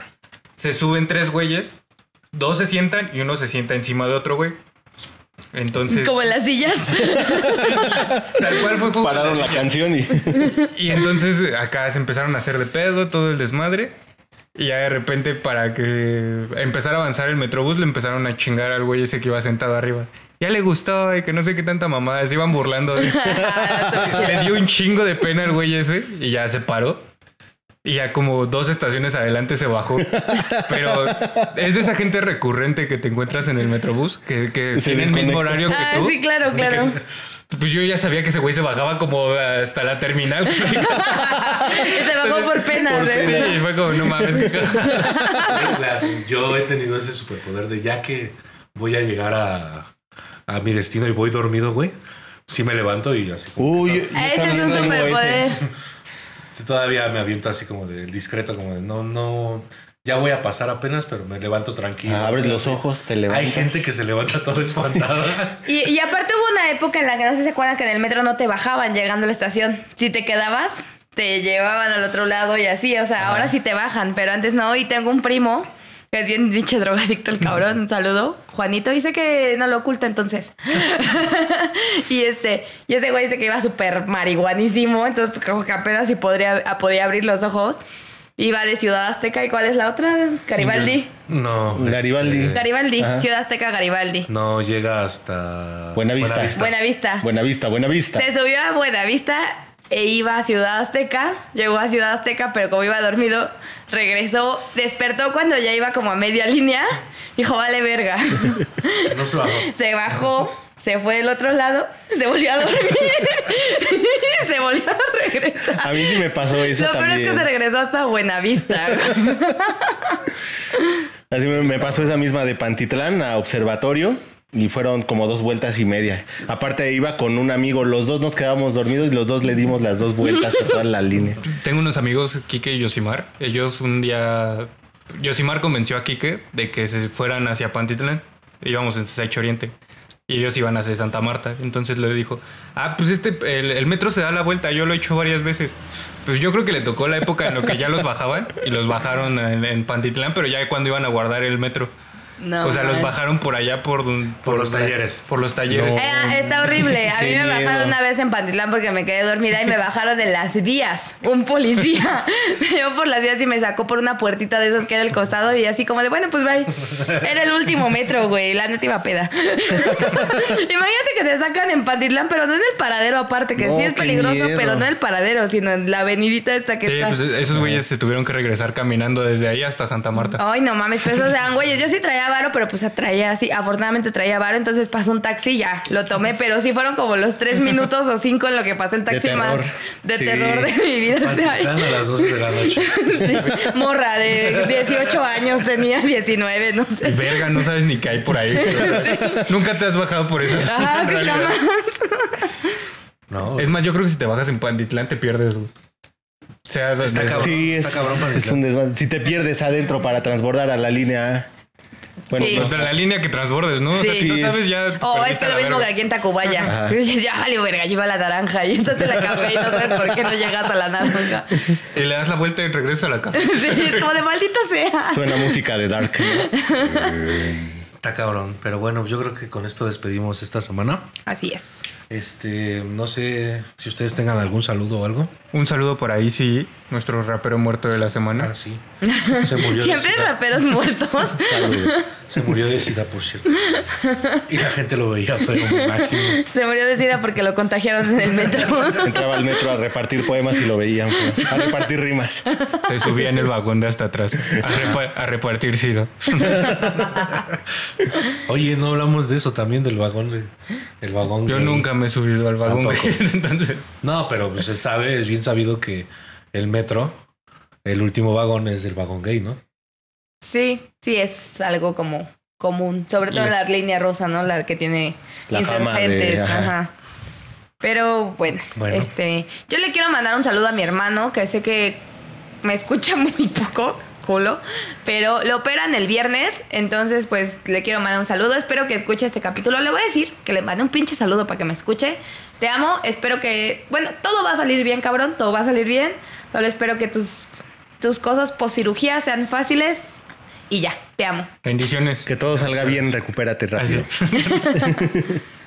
[SPEAKER 3] Se suben tres güeyes, dos se sientan y uno se sienta encima de otro güey. Entonces,
[SPEAKER 6] Como en las sillas.
[SPEAKER 3] tal cual fue como-
[SPEAKER 4] Pararon la canción y
[SPEAKER 3] Y entonces eh, acá se empezaron a hacer de pedo, todo el desmadre. Y ya de repente, para que empezara a avanzar el metrobús, le empezaron a chingar al güey ese que iba sentado arriba. Ya le gustó, y que no sé qué tanta mamada. Se iban burlando. de-
[SPEAKER 6] Ah,
[SPEAKER 3] le dio un chingo de pena al güey ese y ya se paró. Y ya como dos estaciones adelante se bajó. Pero es de esa gente recurrente que te encuentras en el metrobús, que, que
[SPEAKER 4] Se
[SPEAKER 3] tiene el mismo
[SPEAKER 4] desconecta.
[SPEAKER 3] horario que
[SPEAKER 6] Ah,
[SPEAKER 3] tú.
[SPEAKER 6] sí, claro, claro.
[SPEAKER 3] Pues yo ya sabía que ese güey se bajaba como hasta la terminal.
[SPEAKER 6] Se bajó por pena. ¿eh?
[SPEAKER 3] Y fue como, no mames, qué cagado.
[SPEAKER 5] La- yo he tenido ese superpoder de ya que voy a llegar a, a mi destino y voy dormido, güey. Si me levanto y así. como-
[SPEAKER 4] Uy, yo- yo
[SPEAKER 6] Ah, Ese es
[SPEAKER 4] también
[SPEAKER 6] un
[SPEAKER 4] tengo ese.
[SPEAKER 6] superpoder.
[SPEAKER 5] si Todavía me aviento así como del discreto, como de no, no. Ya voy a pasar apenas, pero me levanto tranquilo.
[SPEAKER 4] Ah, abres los ojos, te levantas.
[SPEAKER 5] Hay gente que se levanta toda espantada.
[SPEAKER 6] Y, y aparte hubo una época en la que no sé si se acuerdan que en el metro no te bajaban llegando a la estación. Si te quedabas, te llevaban al otro lado y así. O sea, ahora sí te bajan, pero antes no. Y tengo un primo que es bien pinche drogadicto el cabrón. Un saludo. Juanito dice que no lo oculta entonces. y este, y ese güey dice que iba súper marihuanísimo. Entonces como que apenas si podría, a- podía abrir los ojos. Iba de Ciudad Azteca y ¿cuál es la otra? Garibaldi.
[SPEAKER 5] No.
[SPEAKER 4] Garibaldi.
[SPEAKER 5] este,
[SPEAKER 6] Garibaldi.
[SPEAKER 4] Ajá.
[SPEAKER 6] Ciudad Azteca, Garibaldi.
[SPEAKER 5] no, llega hasta.
[SPEAKER 4] Buena vista.
[SPEAKER 6] Buena vista.
[SPEAKER 4] Buena vista, buena vista.
[SPEAKER 6] Se subió a Buenavista e iba a Ciudad Azteca. Llegó a Ciudad Azteca, pero como iba dormido, regresó, despertó cuando ya iba como a media línea. Dijo, vale verga.
[SPEAKER 5] No se bajó.
[SPEAKER 6] Se bajó, se fue del otro lado, se volvió a dormir. se volvió a regresar.
[SPEAKER 3] Ah,
[SPEAKER 4] A mí sí me pasó eso
[SPEAKER 6] Lo peor
[SPEAKER 4] también.
[SPEAKER 6] es que se regresó hasta Buenavista. güey.
[SPEAKER 4] Así me, me pasó esa misma de Pantitlán a Observatorio y fueron como dos vueltas y media. Aparte iba con un amigo, los dos nos quedábamos dormidos y los dos le dimos las dos vueltas a toda la línea.
[SPEAKER 3] Tengo unos amigos, Quique y Yosimar. Ellos un día. Yosimar convenció a Quique de que se fueran hacia Pantitlán. Íbamos en Sesacho Oriente. Y ellos iban hacia Santa Marta. Entonces le dijo: Ah, pues este, el, el metro se da la vuelta. Yo lo he hecho varias veces. Pues yo creo que le tocó la época en la que ya los bajaban. Y los bajaron en, en Pantitlán, pero ya cuando iban a guardar el metro.
[SPEAKER 6] No,
[SPEAKER 3] o sea, los
[SPEAKER 6] manches.
[SPEAKER 3] bajaron por allá, por, por,
[SPEAKER 5] los talleres.
[SPEAKER 3] Por los talleres.
[SPEAKER 4] No.
[SPEAKER 6] Eh, está horrible. A mí
[SPEAKER 4] Qué
[SPEAKER 6] me
[SPEAKER 4] miedo.
[SPEAKER 6] bajaron una vez en Pantitlán porque me quedé dormida y me bajaron de las vías. Un policía me llevó por las vías y me sacó por una puertita de esos que era el costado y así como de, bueno, pues bye. Era el último metro, güey. La neta iba peda. Imagínate que te sacan en Pantitlán, pero no en el paradero aparte, que
[SPEAKER 4] No,
[SPEAKER 6] sí es
[SPEAKER 4] qué
[SPEAKER 6] peligroso,
[SPEAKER 4] miedo.
[SPEAKER 6] pero no en el paradero, sino en la avenidita esta que
[SPEAKER 3] Sí,
[SPEAKER 6] está.
[SPEAKER 3] pues esos güeyes
[SPEAKER 5] Ah.
[SPEAKER 3] se tuvieron que regresar caminando desde ahí hasta Santa Marta.
[SPEAKER 6] Ay, no mames, pero esos eran güeyes. Yo sí traía varo, pero pues traía así. Afortunadamente traía varo, entonces pasó un taxi y ya lo tomé, pero sí fueron como los tres minutos o cinco en lo que pasó el taxi más
[SPEAKER 4] terror.
[SPEAKER 6] de
[SPEAKER 4] Sí.
[SPEAKER 6] terror de mi vida.
[SPEAKER 5] Pantitlán a las 12 de la noche.
[SPEAKER 6] Sí, Morra de 18 años, tenía 19, no sé.
[SPEAKER 3] Verga, no sabes ni qué hay por ahí. Nunca te has bajado por esas.
[SPEAKER 6] Ajá, sí,
[SPEAKER 3] realidad.
[SPEAKER 6] jamás.
[SPEAKER 5] No,
[SPEAKER 3] Es más, yo creo que si te bajas en Panditlán te pierdes. güey. O sea, es-
[SPEAKER 5] Está
[SPEAKER 3] es-
[SPEAKER 5] cabrón.
[SPEAKER 4] Sí,
[SPEAKER 5] está
[SPEAKER 4] es,
[SPEAKER 5] cabrón Pantitlán.
[SPEAKER 4] es un desmadre. Si te pierdes adentro para transbordar a la línea... Bueno,
[SPEAKER 6] Sí.
[SPEAKER 4] no.
[SPEAKER 3] pero la línea que transbordes, ¿no? O sea,
[SPEAKER 6] Sí.
[SPEAKER 3] si no
[SPEAKER 4] Sí, es-
[SPEAKER 3] sabes ya.
[SPEAKER 6] O es
[SPEAKER 3] perdiste
[SPEAKER 6] que
[SPEAKER 3] la
[SPEAKER 6] lo mismo que
[SPEAKER 3] verga.
[SPEAKER 6] aquí en Tacubaya.
[SPEAKER 4] Ajá.
[SPEAKER 6] Ya vale, verga, lleva la naranja y esta se la café y no sabes por qué no llegas a la naranja.
[SPEAKER 3] Y le das la vuelta y regresas a la casa.
[SPEAKER 6] Sí, es como de maldita sea.
[SPEAKER 4] Suena música de Dark. ¿no?
[SPEAKER 5] Está cabrón. Pero bueno, yo creo que con esto despedimos esta semana.
[SPEAKER 6] Así es.
[SPEAKER 5] Este, no sé si ustedes tengan algún saludo o algo.
[SPEAKER 3] Un saludo para Easy, nuestro rapero muerto de la semana.
[SPEAKER 5] Ah, sí. Se murió
[SPEAKER 6] Siempre
[SPEAKER 5] de sida.
[SPEAKER 6] raperos muertos.
[SPEAKER 5] Se murió de sida, por cierto. Y la gente lo veía feo, me imagino.
[SPEAKER 6] Se murió de sida porque lo contagiaron en el metro.
[SPEAKER 4] Entraba al metro a repartir poemas y lo veían. pues, A repartir rimas.
[SPEAKER 3] Se subía en el vagón de hasta atrás a, repa- a repartir sido.
[SPEAKER 5] Oye, no hablamos de eso también, del vagón. de- Del vagón
[SPEAKER 3] Yo
[SPEAKER 5] gay.
[SPEAKER 3] nunca me he subido al vagón. güey.
[SPEAKER 5] Tampoco.
[SPEAKER 3] Entonces,
[SPEAKER 5] No, pero pues, se sabe, es bien sabido que el metro, el último vagón es el vagón gay, ¿no?
[SPEAKER 6] Sí, sí, es algo como común. Sobre todo la línea rosa, ¿no? La que tiene
[SPEAKER 4] La fama de-
[SPEAKER 6] insurgentes.
[SPEAKER 4] ajá.
[SPEAKER 6] ajá. Pero bueno,
[SPEAKER 5] Bueno.
[SPEAKER 6] este, yo le quiero mandar un saludo a mi hermano, que sé que me escucha muy poco, culo, pero lo operan el viernes, entonces pues le quiero mandar un saludo, espero que escuche este capítulo, le voy a decir que le mande un pinche saludo para que me escuche, te amo, espero que, bueno, todo va a salir bien, cabrón, todo va a salir bien, solo espero que tus, tus cosas post cirugía sean fáciles y ya, te amo.
[SPEAKER 3] bendiciones.
[SPEAKER 4] Que todo salga bien, recupérate rápido.
[SPEAKER 3] Así.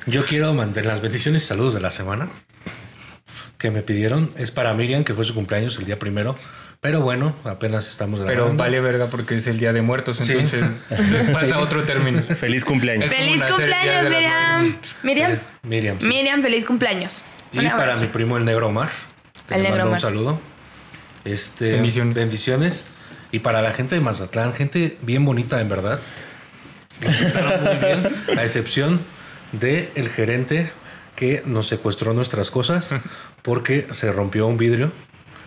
[SPEAKER 5] Yo quiero mantener las bendiciones y saludos de la semana que me pidieron. Es para Miriam, que fue su cumpleaños el día primero. Pero bueno, apenas estamos grabando.
[SPEAKER 3] Pero vale verga porque es el día de muertos,
[SPEAKER 5] Sí.
[SPEAKER 3] entonces le pasa otro término.
[SPEAKER 4] Feliz
[SPEAKER 3] Es
[SPEAKER 4] cumpleaños.
[SPEAKER 3] como
[SPEAKER 6] Feliz
[SPEAKER 3] nacer el Día
[SPEAKER 6] cumpleaños,
[SPEAKER 3] de las Madres.
[SPEAKER 6] Miriam. Miriam,
[SPEAKER 5] Miriam. sí.
[SPEAKER 6] Miriam, feliz cumpleaños. Un
[SPEAKER 5] Y para
[SPEAKER 6] abrazo.
[SPEAKER 5] mi primo el Negro Omar, que
[SPEAKER 6] Al
[SPEAKER 5] le mando
[SPEAKER 6] Negro
[SPEAKER 5] un
[SPEAKER 6] Omar.
[SPEAKER 5] saludo. Este,
[SPEAKER 3] Bendiciones.
[SPEAKER 5] bendiciones. Y para la gente de Mazatlán, gente bien bonita en verdad. Nos trataron muy bien, a excepción de el gerente que nos secuestró nuestras cosas porque se rompió un vidrio.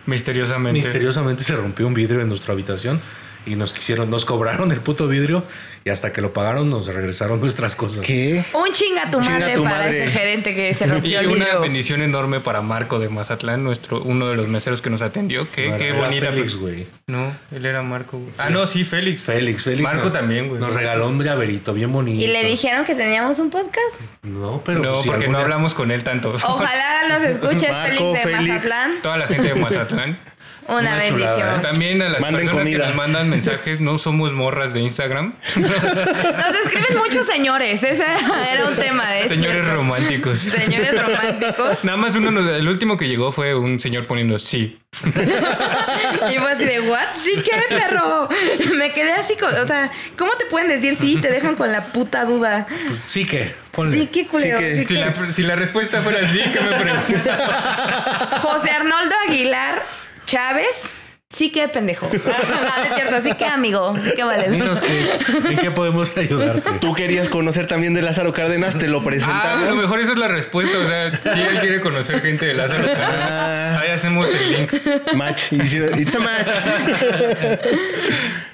[SPEAKER 3] Misteriosamente.
[SPEAKER 5] Misteriosamente se rompió un vidrio en nuestra habitación y nos quisieron, nos cobraron el puto vidrio y hasta que lo pagaron nos regresaron nuestras cosas.
[SPEAKER 4] ¿Qué?
[SPEAKER 6] Un chinga tu
[SPEAKER 4] Chinga
[SPEAKER 6] madre
[SPEAKER 4] tu
[SPEAKER 6] para
[SPEAKER 4] madre.
[SPEAKER 6] ese gerente que se
[SPEAKER 3] Y
[SPEAKER 6] rompió el
[SPEAKER 3] una
[SPEAKER 6] vidrio.
[SPEAKER 3] bendición enorme para Marco de Mazatlán, nuestro, uno de los meseros que nos atendió. Qué,
[SPEAKER 5] No,
[SPEAKER 3] qué
[SPEAKER 5] era
[SPEAKER 3] bonita.
[SPEAKER 5] Félix, güey.
[SPEAKER 3] No, él era Marco. güey. Ah, no, sí, Félix.
[SPEAKER 5] Félix, Félix.
[SPEAKER 3] Marco
[SPEAKER 5] nos-
[SPEAKER 3] también, güey.
[SPEAKER 5] Nos regaló un llaverito bien bonito.
[SPEAKER 6] Y le dijeron que teníamos un podcast.
[SPEAKER 5] No, pero pues,
[SPEAKER 3] No,
[SPEAKER 5] si
[SPEAKER 3] porque
[SPEAKER 5] algún
[SPEAKER 3] no
[SPEAKER 5] día-
[SPEAKER 3] hablamos con él tanto.
[SPEAKER 6] Ojalá nos escuche el
[SPEAKER 4] Marco,
[SPEAKER 6] Félix de
[SPEAKER 4] Félix.
[SPEAKER 6] Mazatlán.
[SPEAKER 3] Toda la gente de Mazatlán.
[SPEAKER 6] Una,
[SPEAKER 5] Una
[SPEAKER 6] bendición.
[SPEAKER 5] chulada,
[SPEAKER 3] También a las
[SPEAKER 4] Manden
[SPEAKER 3] personas
[SPEAKER 4] comida.
[SPEAKER 3] que nos mandan mensajes, no somos morras de Instagram.
[SPEAKER 6] Nos escriben muchos señores. Ese era un tema. ¿eh?
[SPEAKER 3] Señores
[SPEAKER 6] Cierto.
[SPEAKER 3] románticos.
[SPEAKER 6] Señores románticos.
[SPEAKER 3] Nada más uno, nos- el último que llegó fue un señor poniendo sí.
[SPEAKER 6] Y fue así de, ¿what? Sí, qué perro. Me quedé así, con- o sea, ¿cómo te pueden decir sí? Te dejan con la puta duda.
[SPEAKER 5] Pues, sí que. Ponle.
[SPEAKER 6] Sí, qué culero.
[SPEAKER 4] que-
[SPEAKER 6] sí
[SPEAKER 3] Si
[SPEAKER 6] que-
[SPEAKER 3] la, si la respuesta fuera así, ¿qué me preguntas?
[SPEAKER 6] José Arnoldo Aguilar Chávez. Sí que pendejo. Ah, No, no es cierto. Sí que amigo. Sí que vale.
[SPEAKER 5] Dinos que, en qué podemos ayudarte.
[SPEAKER 4] Tú querías conocer también de Lázaro Cárdenas, te lo
[SPEAKER 3] Ah, a lo
[SPEAKER 4] presentamos.
[SPEAKER 3] mejor esa es la respuesta. O sea, si él quiere conocer gente de Lázaro,
[SPEAKER 5] Ah,
[SPEAKER 4] Ah,
[SPEAKER 3] Cárdenas, ahí hacemos el link.
[SPEAKER 4] match. Hicieron- It's a match.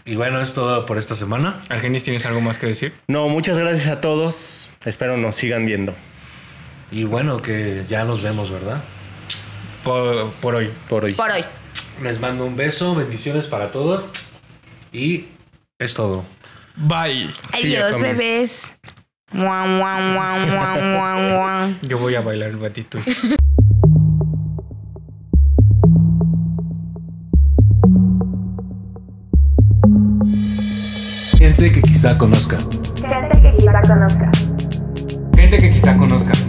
[SPEAKER 5] Y bueno, es todo por esta semana.
[SPEAKER 3] Argenis, ¿tienes algo más que decir?
[SPEAKER 4] No, muchas gracias a todos. Espero nos sigan viendo
[SPEAKER 5] Y bueno, que ya nos vemos, ¿verdad?
[SPEAKER 3] Por, por hoy.
[SPEAKER 4] por hoy.
[SPEAKER 6] Por hoy.
[SPEAKER 5] Les mando un beso, bendiciones para todos. Y es todo.
[SPEAKER 3] Bye.
[SPEAKER 4] Sí, ya
[SPEAKER 6] Adiós,
[SPEAKER 4] comes.
[SPEAKER 6] bebés. Mua, mua, mua, mua, mua, mua.
[SPEAKER 3] Yo voy a bailar el batito.
[SPEAKER 5] Gente que quizá conozca.
[SPEAKER 2] Gente que quizá conozca.
[SPEAKER 3] Gente que quizá conozca.